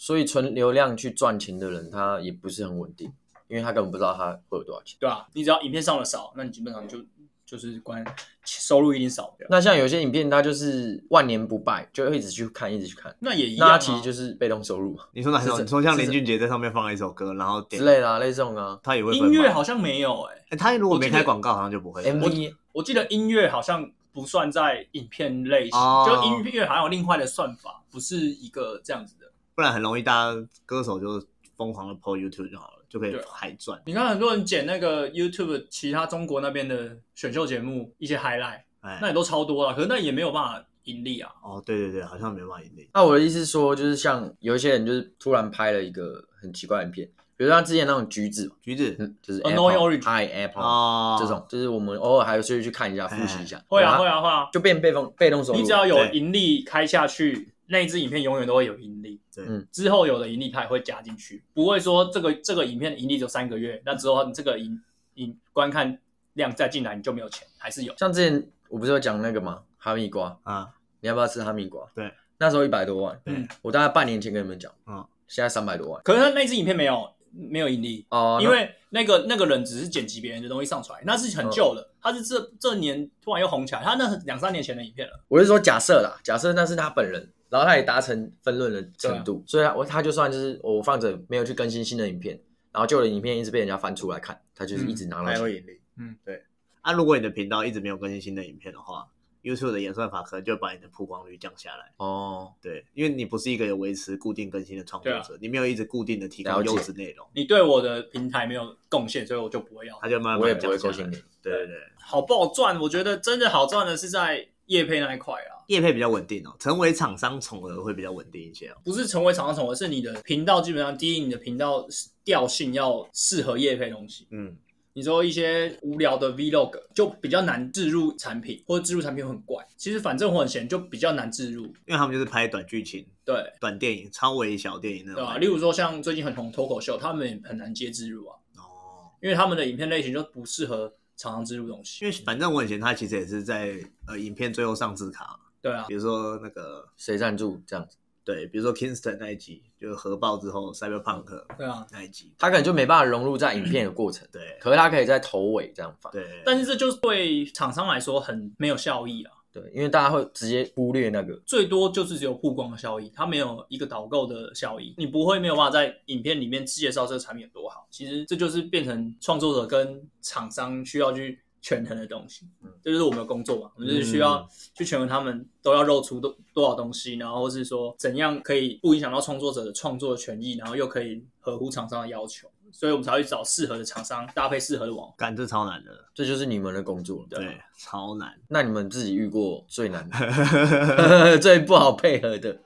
[SPEAKER 3] 所以纯流量去赚钱的人，他也不是很稳定，因为他根本不知道他会有多少钱。
[SPEAKER 4] 对吧、你只要影片上的少，那你基本上就就是关收入一定少掉。
[SPEAKER 3] 那像有些影片，它就是万年不败，就一直去看，一直去看，
[SPEAKER 4] 那也一样、
[SPEAKER 3] 那
[SPEAKER 4] 啊，
[SPEAKER 3] 它其实就是被动收入嘛
[SPEAKER 2] 你说哪
[SPEAKER 3] 是
[SPEAKER 2] 种？
[SPEAKER 3] 这
[SPEAKER 2] 你说像
[SPEAKER 3] 是
[SPEAKER 2] 林
[SPEAKER 3] 这
[SPEAKER 2] 俊杰在上面放了一首歌，然后
[SPEAKER 3] 之
[SPEAKER 2] 点，
[SPEAKER 3] 类的、啊，类似这种啊
[SPEAKER 2] 他也会分
[SPEAKER 4] 音乐
[SPEAKER 2] 吧
[SPEAKER 4] 好像没有哎、
[SPEAKER 2] 欸他如果
[SPEAKER 4] 我
[SPEAKER 2] 没
[SPEAKER 4] 记得
[SPEAKER 2] 开广告，好像就不会。
[SPEAKER 3] ，MV
[SPEAKER 4] 我记得音乐好像不算在影片类型，
[SPEAKER 2] 哦
[SPEAKER 4] 就音乐好像有另外的算法，不是一个这样子的。
[SPEAKER 2] 不然很容易大家歌手就疯狂的 PO YouTube 就好了，就可以
[SPEAKER 4] 对啊
[SPEAKER 2] 海赚。
[SPEAKER 4] 你看很多人剪那个 YouTube 其他中国那边的选秀节目一些 highlight，
[SPEAKER 3] 啊
[SPEAKER 2] 哎
[SPEAKER 4] 那，也都超多了，可是那也没有办法盈利啊。
[SPEAKER 2] 哦，对对对，好像没办法盈利。
[SPEAKER 3] 那我的意思是说，就是像有一些人就是突然拍了一个很奇怪的影片，比如像之前那种橘子，
[SPEAKER 2] 橘子
[SPEAKER 3] 嗯，就是
[SPEAKER 4] Annoying
[SPEAKER 3] Apple
[SPEAKER 4] Orange
[SPEAKER 3] Hi Apple、
[SPEAKER 2] 哦，
[SPEAKER 3] 这种，就是我们偶尔还有去去看一下，复习一下，
[SPEAKER 4] 会
[SPEAKER 3] 然
[SPEAKER 4] 啊
[SPEAKER 3] 后
[SPEAKER 4] 会啊会啊，
[SPEAKER 3] 就变被动被动收入。
[SPEAKER 4] 你只要有
[SPEAKER 2] 对
[SPEAKER 4] 盈利开下去，那一支影片永远都会有盈利。
[SPEAKER 2] 对
[SPEAKER 3] 嗯
[SPEAKER 4] 之后有的盈利它也会加进去，不会说这个这个影片的盈利只有三个月，那之后你这个盈盈观看量再进来你就没有钱，还是有。
[SPEAKER 3] 像之前我不是有讲那个吗？哈密瓜，
[SPEAKER 2] 啊，
[SPEAKER 3] 你要不要吃哈密瓜？
[SPEAKER 2] 对，
[SPEAKER 3] 那时候一百多万，
[SPEAKER 2] 对
[SPEAKER 4] 嗯
[SPEAKER 3] 我大概半年前跟你们讲，
[SPEAKER 2] 嗯
[SPEAKER 3] 嗯，现在三百多万
[SPEAKER 4] 可是他那支影片没有没有盈利，
[SPEAKER 3] 哦，
[SPEAKER 4] 因为那个那个人只是剪辑别人的东西上传，那是很旧
[SPEAKER 3] 嗯
[SPEAKER 4] 的，他是这这年突然又红起来，他那是两三年前的影片了
[SPEAKER 3] 那。我是说假设啦，假设那是他本人，然后他也达成分论的程度，
[SPEAKER 2] 啊
[SPEAKER 3] 所以他我他就算就是我放着没有去更新新的影片，然后旧的影片一直被人家翻出来看，他就是一直拿到
[SPEAKER 2] 嗯还
[SPEAKER 3] 钱。
[SPEAKER 2] 会盈利。
[SPEAKER 4] 嗯，
[SPEAKER 2] 对。啊，如果你的频道一直没有更新新的影片的话，YouTube 的演算法可能就会把你的曝光率降下来。
[SPEAKER 3] 哦，
[SPEAKER 2] 对，因为你不是一个有维持固定更新的创作者，你没有一直固定的提供
[SPEAKER 3] 了解
[SPEAKER 2] 优质内容，
[SPEAKER 4] 你对我的平台没有贡献，所以我就不会要。
[SPEAKER 2] 它就慢
[SPEAKER 3] 我也
[SPEAKER 2] 慢
[SPEAKER 3] 不
[SPEAKER 2] 降
[SPEAKER 3] 会
[SPEAKER 2] 下
[SPEAKER 3] 勾
[SPEAKER 2] 来。
[SPEAKER 3] 心你。
[SPEAKER 2] 对对对，
[SPEAKER 4] 好不好赚？我觉得真的好赚的是在业配那一块啊，
[SPEAKER 2] 业配比较稳定哦，成为厂商宠儿会比较稳定一些哦。
[SPEAKER 4] 不是成为厂商宠，而是你的频道基本上第一，你的频道调性要适合业配东西。
[SPEAKER 2] 嗯，
[SPEAKER 4] 你说一些无聊的 vlog 就比较难置入产品，或者置入产品很怪。其实反正我很闲，就比较难置入。
[SPEAKER 2] 因为他们就是拍短剧情、
[SPEAKER 4] 对
[SPEAKER 2] 短电影、超微小电影那
[SPEAKER 4] 对
[SPEAKER 2] 种
[SPEAKER 4] 吧、
[SPEAKER 2] 感
[SPEAKER 4] 例
[SPEAKER 2] 觉。
[SPEAKER 4] 如说像最近很红脱口秀，他们也很难接置入啊，
[SPEAKER 2] 哦，
[SPEAKER 4] 因为他们的影片类型就不适合常常置入东西。
[SPEAKER 2] 因为反正我以前他其实也是在呃影片最后上字卡，
[SPEAKER 4] 对啊，
[SPEAKER 2] 比如说那个
[SPEAKER 3] 谁赞助这样子？
[SPEAKER 2] 对，比如说 Kingston 那一集，就是核爆之后 Cyberpunk
[SPEAKER 4] 对啊。
[SPEAKER 2] 那一集，
[SPEAKER 3] 他可能就没办法融入在影片的过程，
[SPEAKER 2] 对
[SPEAKER 3] 可是他可以在头尾这样放。
[SPEAKER 2] 对，
[SPEAKER 4] 但是这就是对厂商来说很没有效益啊，
[SPEAKER 3] 对，因为大家会直接忽略那个。
[SPEAKER 4] 最多就是只有曝光的效益，它没有一个导购的效益。你不会没有办法在影片里面介绍这个产品有多好。其实这就是变成创作者跟厂商需要去权衡的东西。
[SPEAKER 2] 嗯
[SPEAKER 4] 这就是我们的工作嘛，我们就是需要去权衡他们都要露出多多少东西，然后或是说怎样可以不影响到创作者的创作权益，然后又可以合乎厂商的要求，所以我们才会找适合的厂商搭配适合的网红。
[SPEAKER 2] 干这超难的，
[SPEAKER 3] 这就是你们的工作了。
[SPEAKER 4] 啊
[SPEAKER 2] 对，超难，
[SPEAKER 3] 那你们自己遇过最难、 最不好配合的，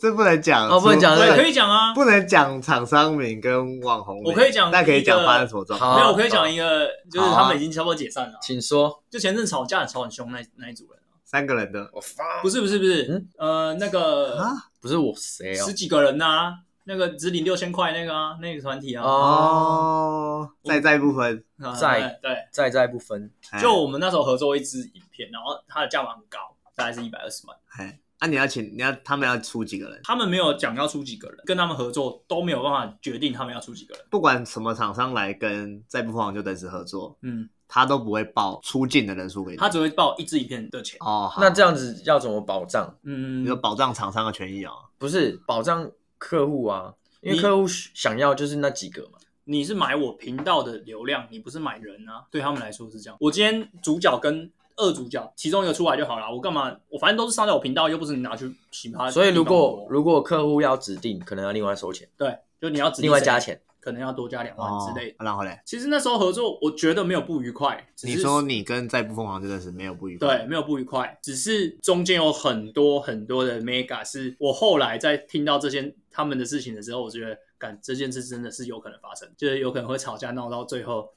[SPEAKER 2] 这不能讲
[SPEAKER 3] 哦不能讲
[SPEAKER 2] 除
[SPEAKER 3] 对
[SPEAKER 4] 可以讲啊，
[SPEAKER 2] 不能讲厂商名跟网红名，
[SPEAKER 4] 我可以讲
[SPEAKER 2] 但可以
[SPEAKER 4] 一
[SPEAKER 2] 讲
[SPEAKER 4] 个
[SPEAKER 2] 发生什么状况。
[SPEAKER 3] 好
[SPEAKER 4] 没有，我可以讲一个，就是
[SPEAKER 2] 啊好啊
[SPEAKER 4] 他们已经差不多解散了啊，
[SPEAKER 3] 请说。
[SPEAKER 4] 就前阵吵架吵很凶那那一组人啊。
[SPEAKER 2] 三个人的
[SPEAKER 3] 我发
[SPEAKER 4] 不
[SPEAKER 3] 不
[SPEAKER 4] 是不是不是，
[SPEAKER 3] 嗯
[SPEAKER 4] 呃，那个
[SPEAKER 2] 啊
[SPEAKER 3] 不是我谁哦
[SPEAKER 4] 十？几个人呐、那个只领六千块那个啊，那个团体啊，
[SPEAKER 3] 哦，
[SPEAKER 2] 哦，在在部分，
[SPEAKER 4] 啊
[SPEAKER 3] 在
[SPEAKER 4] 对对
[SPEAKER 3] 在在不分，
[SPEAKER 2] 哎
[SPEAKER 4] 就我们那时候合作一支影片，然后它的价码很高，大概是一百二十万。
[SPEAKER 2] 哎，啊你要请你要他们要出几个人，
[SPEAKER 4] 他们没有讲要出几个人，跟他们合作都没有办法决定他们要出几个人。
[SPEAKER 2] 不管什么厂商来跟在部分网就等时合作，
[SPEAKER 4] 嗯，
[SPEAKER 2] 他都不会报出镜的人数给你。
[SPEAKER 4] 他只会报一支影片的钱。
[SPEAKER 2] 哦，好
[SPEAKER 3] 那这样子要怎么保障？
[SPEAKER 4] 嗯
[SPEAKER 2] 你说，保障厂商的权益哦，
[SPEAKER 3] 不是保障客户啊，因为
[SPEAKER 4] 你
[SPEAKER 3] 客户想要就是那几个嘛。
[SPEAKER 4] 你是买我频道的流量，你不是买人啊。对他们来说是这样。我今天主角跟二主角其中一个出来就好了，我干嘛？我反正都是上在我频道，又不是你拿去其他地方播。
[SPEAKER 3] 所以如果如果客户要指定，可能要另外收钱，
[SPEAKER 4] 对，就你要指定
[SPEAKER 3] 另外
[SPEAKER 4] 谁
[SPEAKER 3] 加，钱。
[SPEAKER 4] 可能要多加两万
[SPEAKER 2] 哦
[SPEAKER 4] 嗯之类的。
[SPEAKER 2] 啊然后嘞，
[SPEAKER 4] 其实那时候合作，我觉得没有不愉快，只
[SPEAKER 2] 你
[SPEAKER 4] 是
[SPEAKER 2] 说你跟在部分网真的是没有不愉快，
[SPEAKER 4] 对，没有不愉快，只是中间有很多很多的 mega，是我后来在听到这些他们的事情的时候，我觉得，感这件事真的是有可能发生，就是有可能会吵架闹到最后。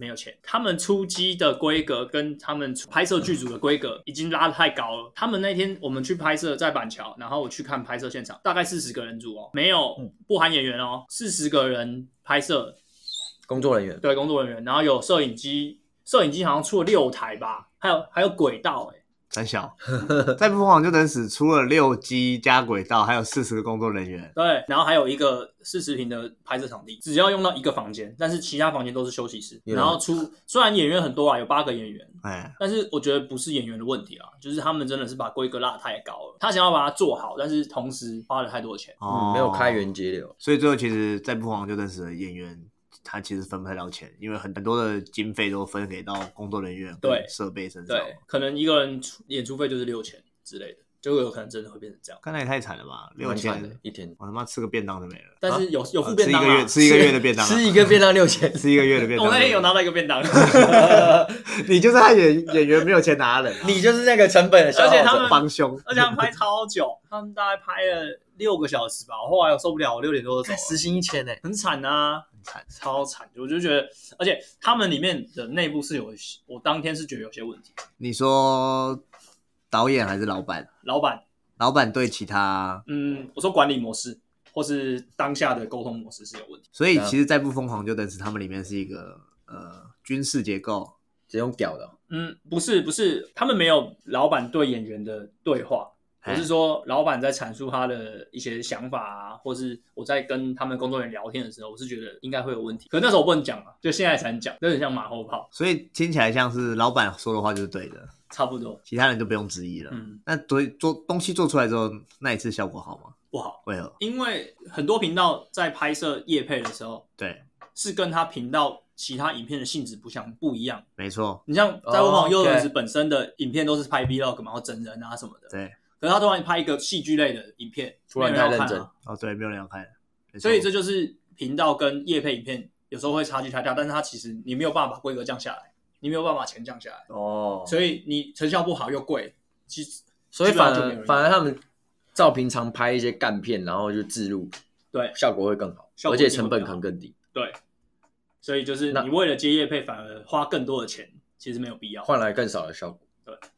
[SPEAKER 4] 没有钱，他们出击的规格跟他们拍摄剧组的规格已经拉得太高了。他们那天我们去拍摄在板桥，然后我去看拍摄现场，大概四十个人组哦，没有不含演员哦，四十个人拍摄，
[SPEAKER 3] 工作人员
[SPEAKER 4] 对，工作人员，然后有摄影机，摄影机好像出了六台吧，还有还有轨道、欸，
[SPEAKER 2] 很小，在部分网就等死出了六机加轨道，还有四十个工作人员，
[SPEAKER 4] 对，然后还有一个四十平的拍摄场地，只要用到一个房间，但是其他房间都是休息室。
[SPEAKER 2] 嗯
[SPEAKER 3] Yeah
[SPEAKER 4] 然后出虽然演员很多啊，有八个演员，
[SPEAKER 2] 哎，
[SPEAKER 4] 但是我觉得不是演员的问题啊，就是他们真的是把规格拉得太高了。他想要把它做好，但是同时花了太多钱。
[SPEAKER 2] 哦
[SPEAKER 3] 嗯，没有开源节流，
[SPEAKER 2] 所以最后其实，在不黄就认识的演员，他其实分不太到钱，因为很很多的经费都分给到工作人员、
[SPEAKER 4] 对
[SPEAKER 2] 设备身上。
[SPEAKER 4] 对，可能一个人出演出费就是六千之类的，就有可能真的会变成这样。
[SPEAKER 2] 看来也太惨了吧，六
[SPEAKER 3] 蛮惨的
[SPEAKER 2] 千，
[SPEAKER 3] 一天
[SPEAKER 2] 我他妈吃个便当都没了。
[SPEAKER 4] 但是有、有
[SPEAKER 2] 啊
[SPEAKER 4] 付便当
[SPEAKER 2] 吃一
[SPEAKER 4] 啊
[SPEAKER 2] 个月，吃一个月的便当 啊，，
[SPEAKER 3] 吃一个便当六千
[SPEAKER 2] 吃一个月的便当。
[SPEAKER 4] 我那天有拿到一个便当，
[SPEAKER 2] 你就是他演演员没有钱拿的人啊，
[SPEAKER 3] 你就是那个成本的消耗
[SPEAKER 4] 而且他们
[SPEAKER 3] 者。
[SPEAKER 2] 帮凶。
[SPEAKER 4] 而且他们拍超久，他们大概拍了六个小时吧。我后来我受不了，我六点多就走
[SPEAKER 3] 看
[SPEAKER 4] 了，
[SPEAKER 3] 时薪一千呢，
[SPEAKER 4] 很惨啊，很
[SPEAKER 2] 惨，
[SPEAKER 4] 超惨。我就觉得，而且他们里面的内部是有，我当天是觉得有些问题。
[SPEAKER 2] 你说导演还是老板？
[SPEAKER 4] 老板，
[SPEAKER 2] 老板对其他，
[SPEAKER 4] 嗯，我说管理模式或是当下的沟通模式是有问题。
[SPEAKER 2] 所以其实再不疯狂就等死，他们里面是一个呃军事结构，
[SPEAKER 3] 只用屌的哦，
[SPEAKER 4] 嗯，不是不是，他们没有老板对演员的对话，我
[SPEAKER 2] 哎
[SPEAKER 4] 是说老板在阐述他的一些想法啊，或是我在跟他们工作人员聊天的时候，我是觉得应该会有问题。可那时候我不能讲啊，就现在才能讲，有点像马后炮，
[SPEAKER 2] 所以听起来像是老板说的话就是对的，
[SPEAKER 4] 差不多。
[SPEAKER 2] 其他人就不用质疑了。
[SPEAKER 4] 嗯，
[SPEAKER 2] 那所以做东西做出来之后，那一次效果好吗？
[SPEAKER 4] 不好，
[SPEAKER 2] 为何？
[SPEAKER 4] 因为很多频道在拍摄夜配的时候，
[SPEAKER 2] 对，
[SPEAKER 4] 是跟他频道其他影片的性质不相不一样。
[SPEAKER 2] 没错，
[SPEAKER 4] 你像在我网
[SPEAKER 3] 哦
[SPEAKER 4] 右轮
[SPEAKER 3] OK
[SPEAKER 4] 子本身的影片都是拍 vlog 嘛，然后整人啊什么的，
[SPEAKER 2] 对，
[SPEAKER 4] 可是他突然拍一个戏剧类的影片，
[SPEAKER 3] 突然
[SPEAKER 4] 没有人
[SPEAKER 3] 太
[SPEAKER 4] 要
[SPEAKER 3] 认
[SPEAKER 4] 看
[SPEAKER 3] 真
[SPEAKER 4] 啊
[SPEAKER 2] 哦对，没有人要看，没错
[SPEAKER 4] 所以这就是频道跟业配影片有时候会差距太大，但是它其实你没有办法把规格降下来，你没有办法把钱降下来，
[SPEAKER 3] 哦
[SPEAKER 4] 所以你成效不好又贵，其实
[SPEAKER 3] 所以反
[SPEAKER 4] 基本上就没有人
[SPEAKER 3] 而反而他们照平常拍一些干片，然后就置入，
[SPEAKER 4] 对
[SPEAKER 3] 效果会更好，
[SPEAKER 4] 效果
[SPEAKER 3] 而
[SPEAKER 4] 一定
[SPEAKER 3] 且
[SPEAKER 4] 会
[SPEAKER 3] 成本
[SPEAKER 4] 更
[SPEAKER 3] 可
[SPEAKER 4] 好
[SPEAKER 3] 能更低。
[SPEAKER 4] 对，所以就是
[SPEAKER 3] 那
[SPEAKER 4] 你为了接业配反而花更多的钱，其实没有必要。
[SPEAKER 3] 换来更少的效果，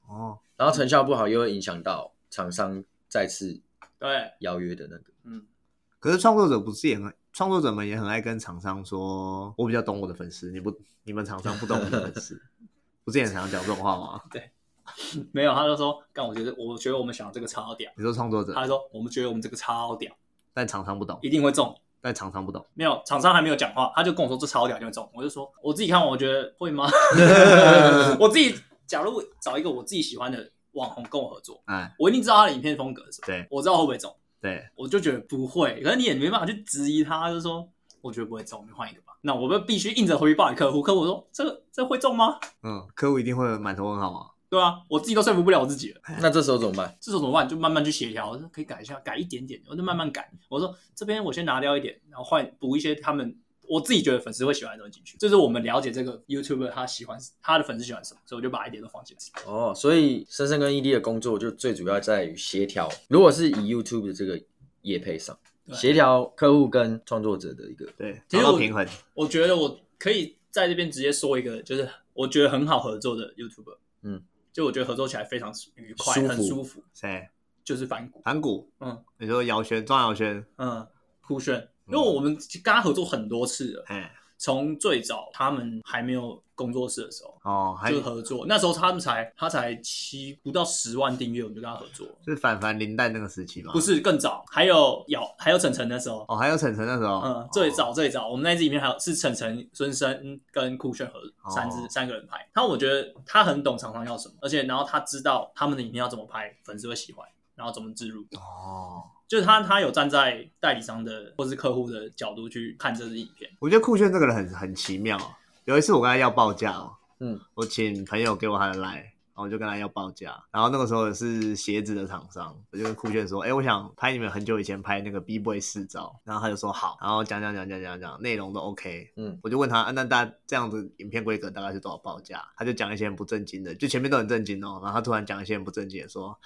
[SPEAKER 2] 哦，
[SPEAKER 3] 然后成效不好又会影响到厂商再次
[SPEAKER 4] 对，
[SPEAKER 3] 邀约的那个。
[SPEAKER 2] 可是创作者不是也很，创作者们也很爱跟厂商说，我比较懂我的粉丝，你不，你们厂商不懂我的粉丝， 不是也很常讲这种话吗？
[SPEAKER 4] 没有，他就说，但我觉得我觉得我们想的这个超屌，
[SPEAKER 2] 你说创作者
[SPEAKER 4] 他，说我们觉得我们这个超屌，
[SPEAKER 2] 但厂商不懂，
[SPEAKER 4] 一定会中。
[SPEAKER 2] 但厂商不懂，
[SPEAKER 4] 没有，厂商还没有讲话，他就跟我说这超屌就会中，我就说我自己看完我觉得会吗？我自己假如找一个我自己喜欢的网红跟我合作，
[SPEAKER 2] 哎，
[SPEAKER 4] 我一定知道他的影片风格是什么，
[SPEAKER 2] 对
[SPEAKER 4] 我知道会不会中，
[SPEAKER 2] 对，
[SPEAKER 4] 我就觉得不会。可是你也没办法去质疑他，就说我觉得不会中，你换一个吧。那我们必须硬着头皮报给客户，客户说这个这会中吗？
[SPEAKER 2] 嗯，客户一定会满头问号啊，
[SPEAKER 4] 对啊，我自己都说服不了我自己了，
[SPEAKER 3] 那这时候怎么办？
[SPEAKER 4] 这种怎么办？就慢慢去协调，我说可以改一下，改一点点，我就慢慢改。我说这边我先拿掉一点，然后换补一些他们我自己觉得粉丝会喜欢的东西进去。这是我们了解这个 YouTuber 他喜欢他的粉丝喜欢什么，所以我就把一点都放进去。
[SPEAKER 3] 哦，所以深深跟 ED 的工作就最主要在于协调，如果是以 YouTube 的这个业配上，
[SPEAKER 4] 对
[SPEAKER 3] 协调客户跟创作者的一个
[SPEAKER 2] 对，
[SPEAKER 4] 其
[SPEAKER 2] 找
[SPEAKER 4] 实
[SPEAKER 2] 到
[SPEAKER 4] 我
[SPEAKER 2] 平衡，
[SPEAKER 4] 我觉得我可以在这边直接说一个，就是我觉得很好合作的 YouTuber，
[SPEAKER 3] 嗯，
[SPEAKER 4] 就我觉得合作起来非常愉快，
[SPEAKER 3] 舒服
[SPEAKER 4] 很舒服，
[SPEAKER 2] 谁？
[SPEAKER 4] 就是反骨，
[SPEAKER 2] 盘古，
[SPEAKER 4] 嗯
[SPEAKER 2] 你说姚轩，庄姚轩，
[SPEAKER 4] 嗯，酷炫，
[SPEAKER 3] 嗯
[SPEAKER 4] 因为我们跟他合作很多次了，
[SPEAKER 2] 哎，
[SPEAKER 4] 从最早他们还没有工作室的时候。
[SPEAKER 2] 哦，还
[SPEAKER 4] 就合作，那时候他们才他才七不到十万订阅，我们就跟他合作，
[SPEAKER 2] 是反凡林黛那个时期吗？
[SPEAKER 4] 不，是更早，还有姚，还有晨晨那时候，
[SPEAKER 2] 哦，还有晨晨那时候，
[SPEAKER 4] 嗯，最早最早，我们那支里面还有是晨晨、孙生跟酷炫和
[SPEAKER 2] 哦
[SPEAKER 4] 三支、三个人拍。他我觉得他很懂厂商要什么，而且然后他知道他们的影片要怎么拍，粉丝会喜欢，然后怎么植入，
[SPEAKER 2] 哦。
[SPEAKER 4] 就是他他有站在代理商的或是客户的角度去看这支影片。
[SPEAKER 2] 我觉得酷炫这个人很很奇妙。有一次我跟他要报价哦，
[SPEAKER 3] 嗯，
[SPEAKER 2] 我请朋友给我他的 line，然后我就跟他要报价。然后那个时候是鞋子的厂商，我就跟酷炫说：“哎、我想拍你们很久以前拍那个 B boy 试照。”然后他就说好，然后讲讲讲讲讲讲，内容都 OK。
[SPEAKER 3] 嗯，
[SPEAKER 2] 我就问他，啊、那大家这样子影片规格大概是多少报价？他就讲一些很不正经的，就前面都很正经哦，然后他突然讲一些很不正经的说。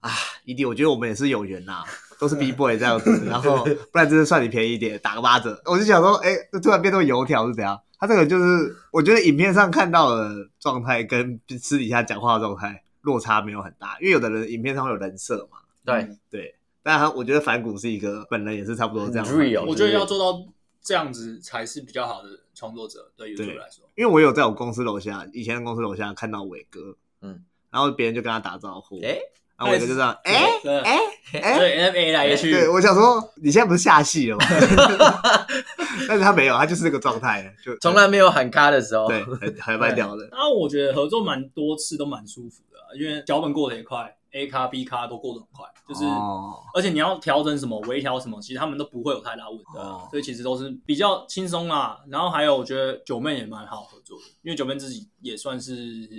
[SPEAKER 2] 啊，一弟，我觉得我们也是有缘呐、都是 B boy 这样子，然后不然就是算你便宜一点，打个八折。我就想说，哎、这突然变成油条是怎样？他这个就是，我觉得影片上看到的状态跟私底下讲话的状态落差没有很大，因为有的人影片上会有人设嘛。
[SPEAKER 4] 嗯
[SPEAKER 3] 对
[SPEAKER 2] 但他我觉得反骨是一个本人也是差不多这样的
[SPEAKER 3] 很 real
[SPEAKER 4] 我觉得要做到这样子才是比较好的创作者对 YouTube 来说。
[SPEAKER 2] 因为我有在我公司楼下，以前的公司楼下看到伟哥，
[SPEAKER 3] 嗯，
[SPEAKER 2] 然后别人就跟他打招呼，
[SPEAKER 3] 哎
[SPEAKER 2] 然后伟哥就这样，哎
[SPEAKER 4] 对
[SPEAKER 2] 哎 哎，
[SPEAKER 4] 对 N A 来也去，
[SPEAKER 2] 对，我想说你现在不是下 戏了吗？ 但是他没有，他就是这个状态，就
[SPEAKER 3] 从来没有喊咖的时候，
[SPEAKER 2] 对，很很蛮屌的。
[SPEAKER 4] 然后我觉得合作蛮多次都蛮舒服的啊、因为脚本过得也快，A 咖 B 咖都过得很快，就是、
[SPEAKER 2] 哦，
[SPEAKER 4] 而且你要调整什么、微调什么，其实他们都不会有太大问题、啊
[SPEAKER 2] 哦
[SPEAKER 4] 所以其实都是比较轻松啦。然后还有我觉得九妹也蛮好合作的，因为九妹自己也算是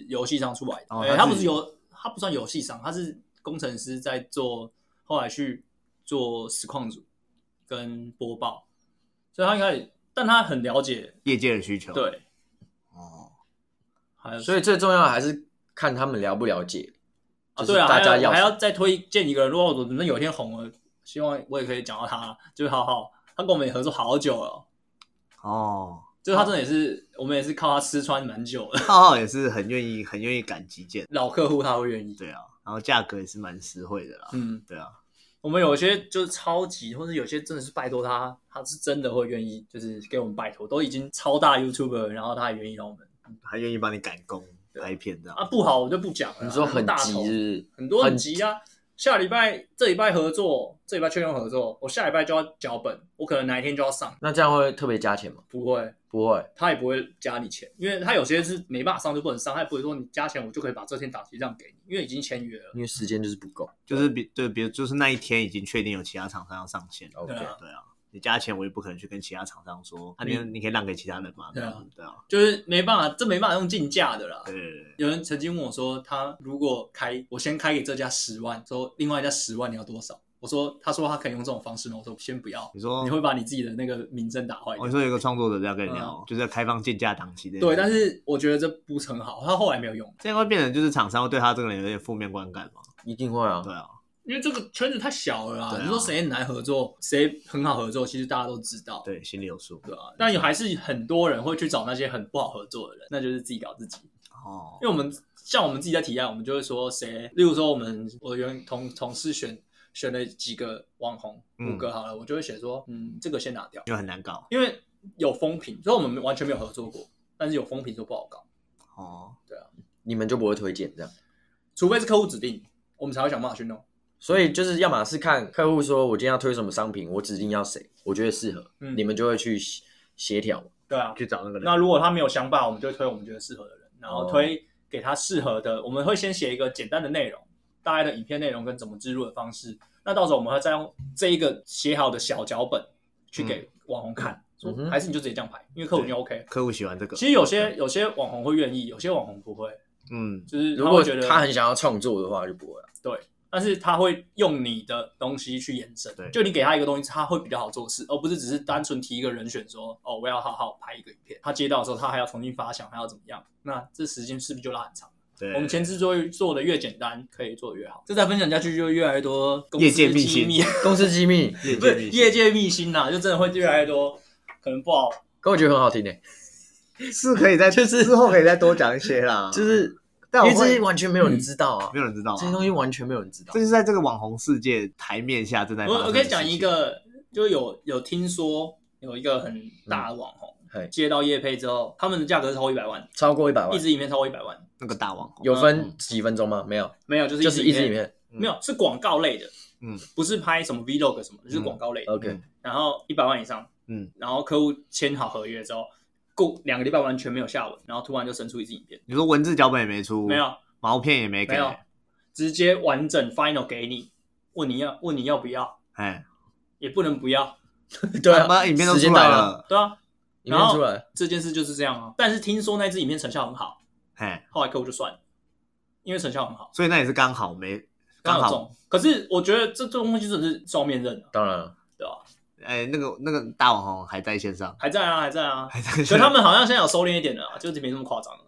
[SPEAKER 4] 游戏上出来的，
[SPEAKER 2] 哦
[SPEAKER 4] 哎
[SPEAKER 2] 她
[SPEAKER 4] 她不
[SPEAKER 2] 自
[SPEAKER 4] 是
[SPEAKER 2] 己
[SPEAKER 4] 游，她不算游戏商，她是工程师在做，后来去做实况组跟播报，所以她应该也，但她很了解，
[SPEAKER 2] 业界的需求，，
[SPEAKER 4] 对，
[SPEAKER 2] 哦，
[SPEAKER 4] 还有
[SPEAKER 3] 所以最重要的还是看他们了不了解，
[SPEAKER 4] 啊，
[SPEAKER 3] 就是
[SPEAKER 4] 对啊，
[SPEAKER 3] 大家
[SPEAKER 4] 还
[SPEAKER 3] 要
[SPEAKER 4] 我还要再推荐一个人，如果我真的有一天红了，希望我也可以讲到他，就是好好，他跟我们也合作好久了，
[SPEAKER 2] 哦，
[SPEAKER 4] 就是他真的也是，我们也是靠他吃穿蛮久的，
[SPEAKER 2] 浩浩也是很愿意，很愿意赶集件，
[SPEAKER 4] 老客户他会 愿意。
[SPEAKER 2] 对啊，然后价格也是蛮实惠的啦，
[SPEAKER 4] 嗯，
[SPEAKER 2] 对啊，
[SPEAKER 4] 我们有些就是超级，或者有些真的是拜托他，他是真的会愿意，就是给我们拜托，都已经超大 YouTuber，了然后他也愿意让我们
[SPEAKER 2] 还愿意帮你赶工
[SPEAKER 4] 对
[SPEAKER 2] 拍片这样，
[SPEAKER 4] 啊，不好我就不讲了啊。
[SPEAKER 3] 你说很
[SPEAKER 4] 大
[SPEAKER 3] 急
[SPEAKER 4] 头
[SPEAKER 3] 是不是？
[SPEAKER 4] 很多很
[SPEAKER 3] 很
[SPEAKER 4] 急啊。下礼拜、这礼拜合作，这礼拜确认合作，我下礼拜就要脚本，我可能哪一天就要上，
[SPEAKER 3] 那这样会特别加钱吗？
[SPEAKER 4] 不会，
[SPEAKER 3] 不会，
[SPEAKER 4] 他也不会加你钱，因为他有些是没办法上就不能上，他也不会说你加钱我就可以把这天档期让给你，因为已经签约了。
[SPEAKER 3] 因为时间就是不够。
[SPEAKER 2] 就是比对，比如就是那一天已经确定有其他厂商要上线了，
[SPEAKER 3] OK，
[SPEAKER 4] 对啊
[SPEAKER 2] 对啊，你加钱我也不可能去跟其他厂商说，啊、你
[SPEAKER 4] 嗯
[SPEAKER 2] 你可以让给其他人嘛，
[SPEAKER 4] 对啊
[SPEAKER 2] 这样子对啊，
[SPEAKER 4] 就是没办法，这没办法用竞价的啦。
[SPEAKER 2] 对对对，
[SPEAKER 4] 有人曾经问我说，他如果开，我先开给这家十万，说另外一家十万你要多少？我说，他说他可以用这种方式吗？我说先不要，
[SPEAKER 2] 你说
[SPEAKER 4] 你会把你自己的那个名声打坏
[SPEAKER 2] 我
[SPEAKER 4] 掉。
[SPEAKER 2] 说有个创作者这样跟你聊，
[SPEAKER 4] 嗯
[SPEAKER 2] 就是要开放竞价档期这件事
[SPEAKER 4] 对，但是我觉得这不是很好，他后来没有用，
[SPEAKER 2] 这样会变成就是厂商会对他这个人有点负面观感嘛？
[SPEAKER 3] 一定会啊
[SPEAKER 2] 对。啊，
[SPEAKER 4] 因为这个圈子太小了啦。
[SPEAKER 2] 对啊
[SPEAKER 4] 你说谁很难合作，谁很好合作，其实大家都知道。
[SPEAKER 2] 对，心里有数。
[SPEAKER 4] 对啊，但有还是很多人会去找那些很不好合作的人，那就是自己搞自己。
[SPEAKER 2] 哦，
[SPEAKER 4] 因为我们像我们自己在提案，我们就会说谁，例如说我们我原同同事选选了几个网红
[SPEAKER 2] 嗯
[SPEAKER 4] 五个好了，我就会写说，嗯，这个先拿掉，
[SPEAKER 2] 就很难搞。
[SPEAKER 4] 因为有风评，所以我们完全没有合作过，但是有风评说不好搞，
[SPEAKER 2] 哦，
[SPEAKER 3] 你们就不会推荐这样。
[SPEAKER 4] 除非是客户指定，我们才会想办法去弄。
[SPEAKER 3] 所以就是，要么是看客户说我今天要推什么商品，我指定要谁，我觉得适合，
[SPEAKER 4] 嗯
[SPEAKER 3] 你们就会去协协调。
[SPEAKER 4] 对啊，
[SPEAKER 2] 去找那个人。
[SPEAKER 4] 那如果他没有想法，我们就会推我们觉得适合的人，然后
[SPEAKER 3] 哦
[SPEAKER 4] 推给他适合的。我们会先写一个简单的内容，大概的影片内容跟怎么植入的方式。那到时候我们会再用这一个写好的小脚本去给网红看，
[SPEAKER 3] 嗯哼
[SPEAKER 4] 说还是你就直接这样拍，因为客户已经 OK 了。
[SPEAKER 2] 客户喜欢这个，
[SPEAKER 4] 其实有些有些网红会愿意，有些网红不会，
[SPEAKER 2] 嗯，
[SPEAKER 4] 就是
[SPEAKER 3] 如
[SPEAKER 4] 他
[SPEAKER 3] 果
[SPEAKER 4] 会觉得
[SPEAKER 3] 他很想要创作的话，就不会了。
[SPEAKER 4] 但是他会用你的东西去延伸
[SPEAKER 2] 对，
[SPEAKER 4] 就你给他一个东西，他会比较好做事，而不是只是单纯提一个人选说，哦，我要好好拍一个影片。他接到的时候，他还要重新发想，还要怎么样？那这时间是不是就拉很长？
[SPEAKER 2] 对。
[SPEAKER 4] 我们前置作业做的越简单，可以做的越好。这再分享下去，就越来越多公司
[SPEAKER 2] 业界秘
[SPEAKER 4] 机密，
[SPEAKER 3] 公司机密，
[SPEAKER 2] 业
[SPEAKER 4] 不
[SPEAKER 2] 界
[SPEAKER 4] 是
[SPEAKER 2] 明
[SPEAKER 4] 业界秘辛啊呐，就真的会越来越多，可能不好。
[SPEAKER 3] 可我觉得很好听诶、
[SPEAKER 2] 星是可以 在，就是之后可以再多讲一些啦。
[SPEAKER 3] 就是
[SPEAKER 2] 但
[SPEAKER 3] 因
[SPEAKER 2] 我
[SPEAKER 3] 为这
[SPEAKER 2] 会
[SPEAKER 3] 些完全没有人知道啊，
[SPEAKER 2] 没有人知道啊
[SPEAKER 3] 这些东西完全没有人知道
[SPEAKER 2] 这。就是在这个网红世界台面下正在发生
[SPEAKER 4] 我
[SPEAKER 2] 的
[SPEAKER 4] 我可以讲一
[SPEAKER 2] 事
[SPEAKER 4] 个，就有有听说有一个很大的网红、
[SPEAKER 2] 嗯
[SPEAKER 3] 嘿，
[SPEAKER 4] 接到业配之后，他们的价格是超一百万，
[SPEAKER 3] 超过一百
[SPEAKER 4] 一
[SPEAKER 3] 万，
[SPEAKER 4] 支影片超过一百万。
[SPEAKER 2] 情，那个大网红
[SPEAKER 3] 有分
[SPEAKER 2] 嗯
[SPEAKER 3] 几分钟吗？没有，
[SPEAKER 4] 没有，就是
[SPEAKER 3] 就是一
[SPEAKER 4] 一
[SPEAKER 3] 支
[SPEAKER 4] 里
[SPEAKER 3] 影
[SPEAKER 4] 面
[SPEAKER 3] 片。
[SPEAKER 2] 嗯
[SPEAKER 4] 没有是广告类的，
[SPEAKER 2] 嗯，
[SPEAKER 4] 不是拍什么 vlog 什么的，就是
[SPEAKER 2] 嗯
[SPEAKER 4] 广告类的。
[SPEAKER 3] OK，
[SPEAKER 2] 嗯
[SPEAKER 4] 然后一百万以上，
[SPEAKER 2] 嗯，
[SPEAKER 4] 然后客户签好合约之后，过两个礼拜完全没有下文，然后突然就生出一支影片，
[SPEAKER 2] 你说文字脚本也没出，
[SPEAKER 4] 没，有
[SPEAKER 2] 毛片也没给
[SPEAKER 4] 没，有，直接完整 final 给你，问你要问你要不要，
[SPEAKER 2] 哎，
[SPEAKER 4] 也不能不要，
[SPEAKER 3] 对
[SPEAKER 2] 他妈
[SPEAKER 3] 啊，
[SPEAKER 2] 影片都
[SPEAKER 3] 时
[SPEAKER 2] 出
[SPEAKER 3] 间
[SPEAKER 2] 来
[SPEAKER 3] 到了，
[SPEAKER 2] 了，
[SPEAKER 4] 对啊，
[SPEAKER 3] 影片出来了，
[SPEAKER 4] 这件事就是这样啊。但是听说那支影片成效很好，
[SPEAKER 2] 哎，
[SPEAKER 4] 后来客户就算了，因为成效很好，
[SPEAKER 2] 所以那也是刚好没
[SPEAKER 4] 刚
[SPEAKER 2] 刚
[SPEAKER 4] 好
[SPEAKER 2] 好，
[SPEAKER 4] 中。可是我觉得这这种东西真的是双面刃啊，
[SPEAKER 3] 当然了，
[SPEAKER 4] 对吧、
[SPEAKER 2] 哎，那个那个大网红还在线上，
[SPEAKER 4] 还在啊，还在啊，
[SPEAKER 2] 还在线
[SPEAKER 4] 可
[SPEAKER 2] 上，
[SPEAKER 4] 他们好像现在有收敛一点了啊，就是没那么夸张了。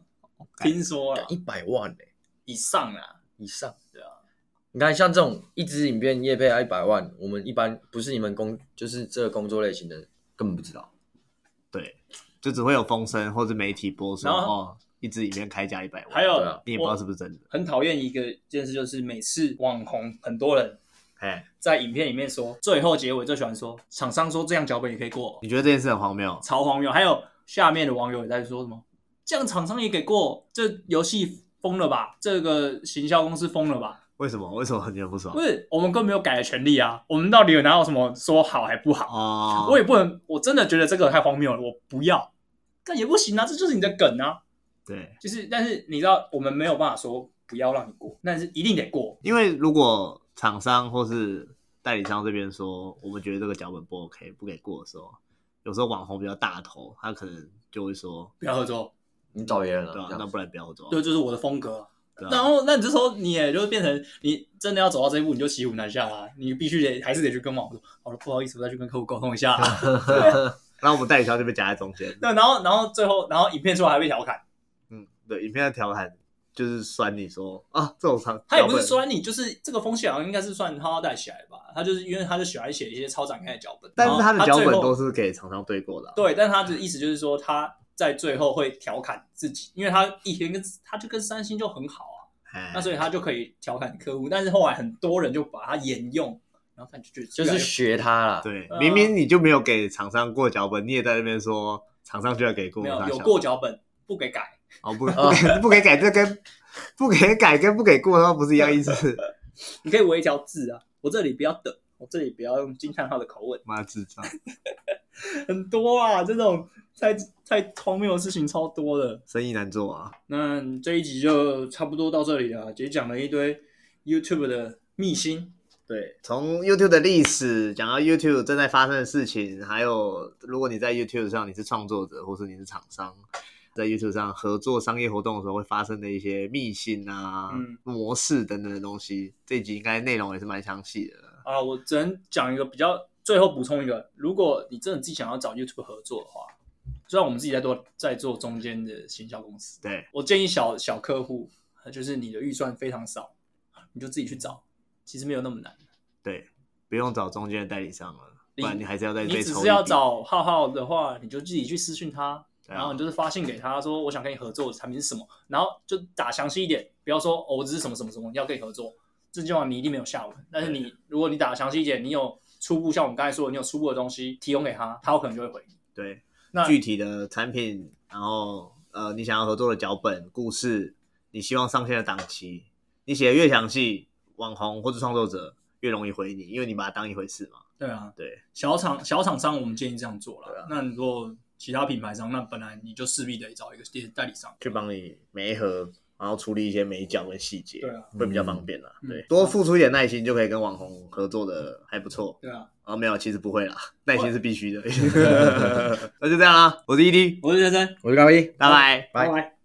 [SPEAKER 4] 听说
[SPEAKER 2] 啊
[SPEAKER 4] 了
[SPEAKER 3] 一百万欸
[SPEAKER 4] 以上啦，
[SPEAKER 3] 以上。
[SPEAKER 4] 对啊，
[SPEAKER 3] 你看，像这种一支影片业配要一百万，我们一般不是你们工，就是这个工作类型的，根本不知道。
[SPEAKER 2] 对，就只会有风声或者媒体播说
[SPEAKER 4] 然后
[SPEAKER 2] 哦，一支影片开价一百万，
[SPEAKER 4] 还有
[SPEAKER 3] 对啊
[SPEAKER 2] 你也不知道是不是真的，
[SPEAKER 4] 很讨厌一个件事，就是每次网红很多人
[SPEAKER 2] 哎，
[SPEAKER 4] 在影片里面说最后结尾最喜欢说厂商说这样脚本也可以过，
[SPEAKER 2] 你觉得这件事很荒谬？
[SPEAKER 4] 超荒谬。还有下面的网友也在说什么这样厂商也给过，这游戏疯了吧？这个行销公司疯了吧？
[SPEAKER 2] 为什么？为什么很多人不爽
[SPEAKER 4] 不？是，我们根本没有改的权利啊！我们到底有哪有什么说好还不好？
[SPEAKER 2] 哦，
[SPEAKER 4] 我也不能，我真的觉得这个太荒谬了，我不要。但也不行啊，这就是你的梗啊。
[SPEAKER 2] 对，
[SPEAKER 4] 就是，但是你知道，我们没有办法说不要让你过，但是一定得过。
[SPEAKER 2] 因为如果厂商或是代理商这边说我们觉得这个脚本不 OK，不给过的时候，有时候网红比较大头，他可能就会说，
[SPEAKER 4] 不要合作，
[SPEAKER 3] 你找别人了，
[SPEAKER 2] 对啊
[SPEAKER 3] 这，
[SPEAKER 2] 那
[SPEAKER 3] 样
[SPEAKER 2] 不然不要做，
[SPEAKER 4] 对，就是我的风格。
[SPEAKER 2] 对啊
[SPEAKER 4] 然后，那你这时候你也就变成你真的要走到这一步，你就骑虎难下啦、你必须得还是得去跟网友说，好了，不好意思，我再去跟客户沟通一下 啦、
[SPEAKER 2] 然后我们代理商就被夹在中间。
[SPEAKER 4] 那然后，然后最后，然后影片出来还被调侃，
[SPEAKER 2] 嗯，对，影片的调侃就是酸你说啊，这种厂
[SPEAKER 4] 他也不是酸你，就是这个风险好啊像应该是算他要带起来吧。他就是因为他就喜欢写一些超展开的脚本，
[SPEAKER 2] 但是他的
[SPEAKER 4] 然
[SPEAKER 2] 脚
[SPEAKER 4] 后
[SPEAKER 2] 本
[SPEAKER 4] 哦最后
[SPEAKER 2] 都是给厂商对过的啊、
[SPEAKER 4] 对，但他的意思就是说他在最后会调侃自己，因为他以前跟他就跟三星就很好啊。
[SPEAKER 2] 哎，
[SPEAKER 4] 那所以他就可以调侃客户，但是后来很多人就把它沿用，然后看就就
[SPEAKER 3] 就是学他啦。
[SPEAKER 2] 对，
[SPEAKER 4] 呃
[SPEAKER 2] 明明你就没有给厂商过脚本，你也在那边说厂商居然给过，
[SPEAKER 4] 没有
[SPEAKER 2] 大
[SPEAKER 4] 有
[SPEAKER 2] 小
[SPEAKER 4] 过脚本不给改，
[SPEAKER 2] 哦，不不 给不给改，这跟不给改跟不给过，它不是一样 意思？
[SPEAKER 4] 你可以围一条字啊，我这里不要等，我这里不要用惊叹号的口吻，
[SPEAKER 2] 妈智障！
[SPEAKER 4] 很多啊，这种太太荒谬的事情超多的。
[SPEAKER 2] 生意难做啊。
[SPEAKER 4] 那啊这一集就差不多到这里了，也讲了一堆 YouTube 的秘辛，对，
[SPEAKER 2] 从 YouTube 的历史讲到 YouTube 正在发生的事情，还有如果你在 YouTube 上你是创作者，或是你是厂商，在 YouTube 上合作商业活动的时候会发生的一些秘辛啊、
[SPEAKER 4] 嗯
[SPEAKER 2] 模式等等的东西，这一集应该内容也是蛮详细的。
[SPEAKER 4] 啊，我只能讲一个比较，最后补充一个，如果你真的自己想要找 YouTube 合作的话，虽然我们自己在做在做中间的行销公司，
[SPEAKER 2] 对，
[SPEAKER 4] 我建议小小客户，就是你的预算非常少，你就自己去找，其实没有那么难，
[SPEAKER 2] 对，不用找中间的代理商了，不然你还是要再
[SPEAKER 4] 你
[SPEAKER 2] 被
[SPEAKER 4] 只
[SPEAKER 2] 抽
[SPEAKER 4] 是
[SPEAKER 2] 一
[SPEAKER 4] 要
[SPEAKER 2] 笔
[SPEAKER 4] 找浩浩的话，你就自己去私讯他，
[SPEAKER 2] 对啊
[SPEAKER 4] 然后你就是发信给他说我想跟你合作的产品是什么，然后就打详细一点，不要说哦我只是什么什么什么要跟你合作，这句话你一定没有下文。但是你如果你打详细一点，你有初步像我们刚才说的，你有初步的东西提供给他，他有可能就会回你。
[SPEAKER 2] 对
[SPEAKER 4] 那
[SPEAKER 2] 具体的产品，然后呃你想要合作的脚本、故事，你希望上线的档期，你写的越详细，网红或者创作者越容易回你，因为你把它当一回事嘛。
[SPEAKER 4] 对啊，
[SPEAKER 2] 对，
[SPEAKER 4] 小厂小厂商我们建议这样做
[SPEAKER 2] 对
[SPEAKER 4] 了
[SPEAKER 2] 啊。
[SPEAKER 4] 那你如果其他品牌商，那本来你就势必得找一个代理商。
[SPEAKER 2] 去帮你媒合，然后处理一些美角跟细节，
[SPEAKER 4] 对啊
[SPEAKER 2] 会比较方便啦。
[SPEAKER 4] 嗯
[SPEAKER 2] 对
[SPEAKER 4] 嗯，
[SPEAKER 2] 多付出一点耐心就可以跟网红合作的还不错。
[SPEAKER 4] 对啊，
[SPEAKER 2] 啊，没有，其实不会啦，耐心是 必 须的。那就这样啦，我是 ED，
[SPEAKER 4] 我是先生，
[SPEAKER 3] 我是高一，
[SPEAKER 2] 拜拜。
[SPEAKER 3] 拜
[SPEAKER 4] 拜。